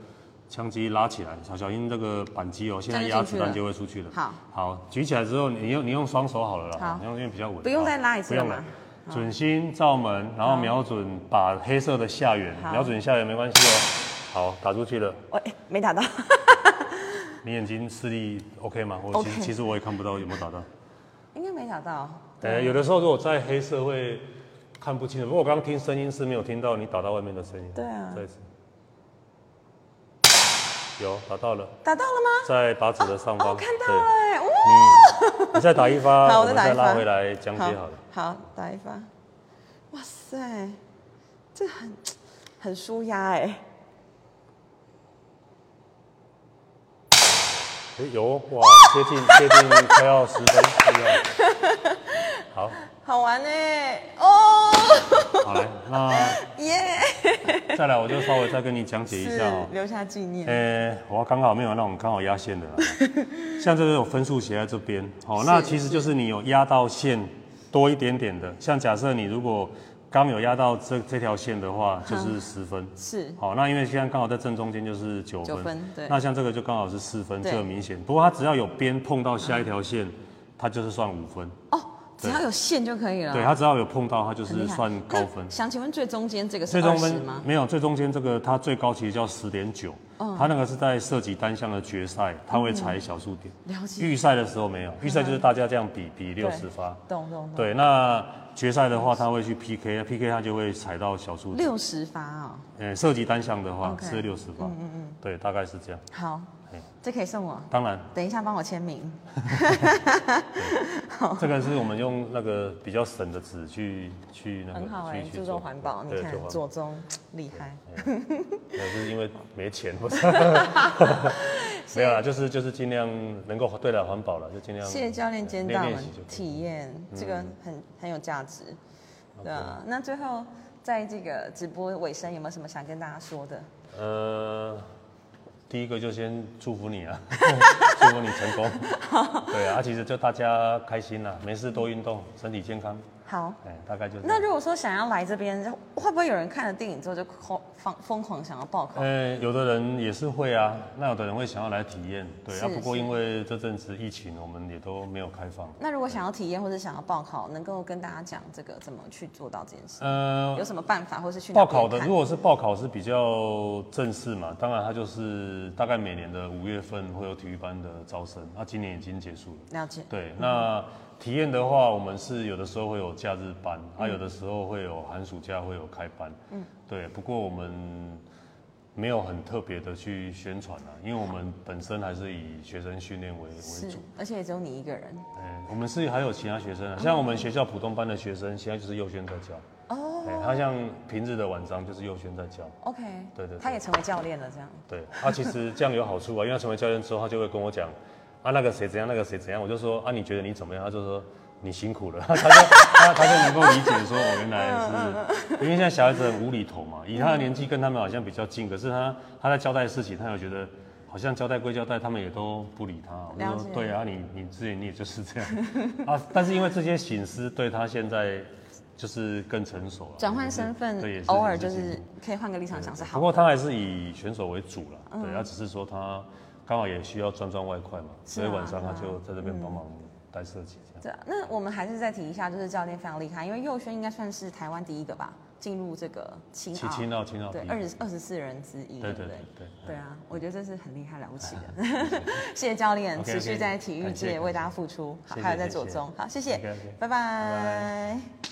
Speaker 2: 枪机拉起来，小小心这个扳机哦，现在
Speaker 1: 这
Speaker 2: 压
Speaker 1: 样就进去
Speaker 2: 子弹
Speaker 1: 了
Speaker 2: 就会出去了。
Speaker 1: 好，
Speaker 2: 好，举起来之后，你用你用双手好了啦，
Speaker 1: 好
Speaker 2: 你用因为比较稳，
Speaker 1: 不用
Speaker 2: 好
Speaker 1: 再拉一次
Speaker 2: 不用
Speaker 1: 了
Speaker 2: 了
Speaker 1: 吗。
Speaker 2: 准心照门，然后
Speaker 1: 好
Speaker 2: 瞄准把黑色的下缘，
Speaker 1: 好
Speaker 2: 瞄准下缘没关系哦。好，打出去了，
Speaker 1: 我哎没打到， [laughs]
Speaker 2: 你眼睛视力 OK 吗？我其实
Speaker 1: OK
Speaker 2: 其实我也看不到有没有打到。
Speaker 1: 应该没打到，
Speaker 2: 呃，有的时候如果在黑社会看不清楚，不过我刚刚听声音是没有听到你打到外面的声音。
Speaker 1: 对啊
Speaker 2: 再一次，有打到了，
Speaker 1: 打到了吗？
Speaker 2: 在靶子的上
Speaker 1: 哦，
Speaker 2: 方。
Speaker 1: 我看到
Speaker 2: 对
Speaker 1: 了哎，哇，
Speaker 2: 你你再打一发，
Speaker 1: 好
Speaker 2: 我
Speaker 1: 我
Speaker 2: 们
Speaker 1: 再打
Speaker 2: 再
Speaker 1: 一
Speaker 2: 拉
Speaker 1: 发
Speaker 2: 回来讲解好了。
Speaker 1: 好，打一发，哇塞，这很很舒压哎，
Speaker 2: 哎、有哦哇，接近接近快要十分，哦厉害。好，
Speaker 1: 好玩哎，哦，
Speaker 2: 好来，那
Speaker 1: 耶，
Speaker 2: 再来我就稍微再跟你讲解一下哦。
Speaker 1: 留下纪念，
Speaker 2: 呃、我刚好没有那种刚好压线的
Speaker 1: [laughs]
Speaker 2: 啦，像这个有分数写在这边，哦，那其实就是你有压到线多一点点的，像假设你如果刚有压到这这条线的话，就是十分。
Speaker 1: 是
Speaker 2: 好，那因为现在刚好在正中间就是九分，
Speaker 1: 九分对
Speaker 2: 那像这个就刚好是四分，
Speaker 1: 对
Speaker 2: 这个明显。不过它只要有边碰到下一条线，它就是算五分。
Speaker 1: 哦，只要有线就可以了，
Speaker 2: 对，它只要有碰到，它就
Speaker 1: 啊很厉
Speaker 2: 是
Speaker 1: 害，
Speaker 2: 算高分
Speaker 1: 那。想请问最中间这个是
Speaker 2: 最中
Speaker 1: 二十
Speaker 2: 分
Speaker 1: 吗？哦
Speaker 2: 没有，最中间这个它最高其实叫十点九，它那个是在涉及单项的决赛，它会裁小数点。
Speaker 1: 嗯了解嗯
Speaker 2: 预赛的时候没有，预赛就是大家这样比比六十发。
Speaker 1: 懂懂懂，
Speaker 2: 对，那决赛的话，它会去 PK，PK 它就会裁到小数点。
Speaker 1: 六十发哦，
Speaker 2: 呃，涉及单项的话
Speaker 1: OK
Speaker 2: 是六十发。嗯嗯对，大概是这样。
Speaker 1: 好
Speaker 2: 嘿，
Speaker 1: 这可以送我。
Speaker 2: 当然，
Speaker 1: 等一下帮我签名，
Speaker 2: 这个是我们用那个比较省的纸去去那个
Speaker 1: 很好哎、
Speaker 2: 去去
Speaker 1: 注
Speaker 2: 做
Speaker 1: 重环保，你
Speaker 2: 对
Speaker 1: 看
Speaker 2: 做环保
Speaker 1: 左中厉害，
Speaker 2: [laughs] 可是因为没钱，
Speaker 1: [laughs]
Speaker 2: 不是？没有啦，就是就是尽量能够对了环保了，就尽量。
Speaker 1: 谢谢教练
Speaker 2: 对
Speaker 1: 今天带我
Speaker 2: 呃练
Speaker 1: 们
Speaker 2: 练习就可以嗯
Speaker 1: 体验，这个很很有价值，对啊。那最后在这个直播尾声，有没有什么想跟大家说的？
Speaker 2: 呃，第一个就先祝福你啊， [laughs] 祝福你成
Speaker 1: [laughs]
Speaker 2: 功。对啊，其实就大家开心啦、没事多运动，身体健康。
Speaker 1: 好。
Speaker 2: 哎，大概就是。
Speaker 1: 那如果说想要来这边，会不会有人看了电影之后就疯疯疯狂想要报考？
Speaker 2: 呃，有的人也是会啊，那有的人会想要来体验，对啊。
Speaker 1: 是
Speaker 2: 不过
Speaker 1: 是
Speaker 2: 因为这阵子疫情，我们也都没有开放。
Speaker 1: 那如果想要体验或者想要报考，能够跟大家讲这个怎么去做到这件事，
Speaker 2: 呃，
Speaker 1: 有什么办法，或是去哪
Speaker 2: 报
Speaker 1: 边
Speaker 2: 考的，
Speaker 1: 看
Speaker 2: 如果是报考是比较正式嘛，当然它就是大概每年的五月份会有体育班的招生，那今年已经结束了。
Speaker 1: 了解，
Speaker 2: 对，那体验的话，我们是有的时候会有假日班，
Speaker 1: 嗯
Speaker 2: 还、有的时候会有寒暑假会有开班。嗯，对，不过我们没有很特别的去宣传啊，因为我们本身还是以学生训练为为
Speaker 1: 是
Speaker 2: 主。，
Speaker 1: 而且也只有你一个人
Speaker 2: 哎，我们是还有其他学生啊，
Speaker 1: 嗯
Speaker 2: 像我们学校普通班的学生，现在就是右轩在教。
Speaker 1: 哦。
Speaker 2: 哎，他像平日的晚上就是右轩在教。
Speaker 1: OK，
Speaker 2: 对对对哦
Speaker 1: 他也成为教练了，这样
Speaker 2: 对，他、其实这样有好处啊，因为他成为教练之后，他就会跟我讲，啊那个谁怎样，那个谁怎样，我就说啊你觉得你怎么样？他就说你辛苦了，他 [laughs] 就他他就能够理解说，我
Speaker 1: 嗯
Speaker 2: 原来是，因为现在小孩子很无厘头嘛，以他的年纪跟他们好像比较近，可是他他在交代事情，他有觉得。好像交代归交代，他们也都不理他。我
Speaker 1: 了
Speaker 2: 就
Speaker 1: 解
Speaker 2: 说对啊，你你之前你也就是这样啊。但是因为这些醒思，对他现在就是更成熟了。
Speaker 1: 转换身
Speaker 2: 对也
Speaker 1: 份，
Speaker 2: 是
Speaker 1: 偶尔就
Speaker 2: 也进步
Speaker 1: 是可以换个立场想是
Speaker 2: 不
Speaker 1: 好。嗯
Speaker 2: 过他还是以选手为主了，对，他只是说他刚好也需要赚赚外快嘛，
Speaker 1: 是
Speaker 2: 所
Speaker 1: 啊嗯
Speaker 2: 以晚上他就在这边帮忙带设计这样。
Speaker 1: 对啊，那我们还是再提一下，就是教练非常厉害，因为佑轩应该算是台湾第一个吧，进入这个青
Speaker 2: 青
Speaker 1: 奥，
Speaker 2: 青奥青奥
Speaker 1: 对
Speaker 2: 第一
Speaker 1: 二十二十四人之一，
Speaker 2: 对
Speaker 1: 不
Speaker 2: 对对哎对。
Speaker 1: 对啊，我觉得这是很厉害了不起的。 [laughs] 谢谢教练
Speaker 2: OK，OK，
Speaker 1: 持续在体育
Speaker 2: 感谢
Speaker 1: 界
Speaker 2: 感谢
Speaker 1: 为大家付出，好，
Speaker 2: 谢谢
Speaker 1: 还有在
Speaker 2: 谢谢
Speaker 1: 左中，好，谢谢
Speaker 2: OK，OK，
Speaker 1: 拜拜
Speaker 2: 拜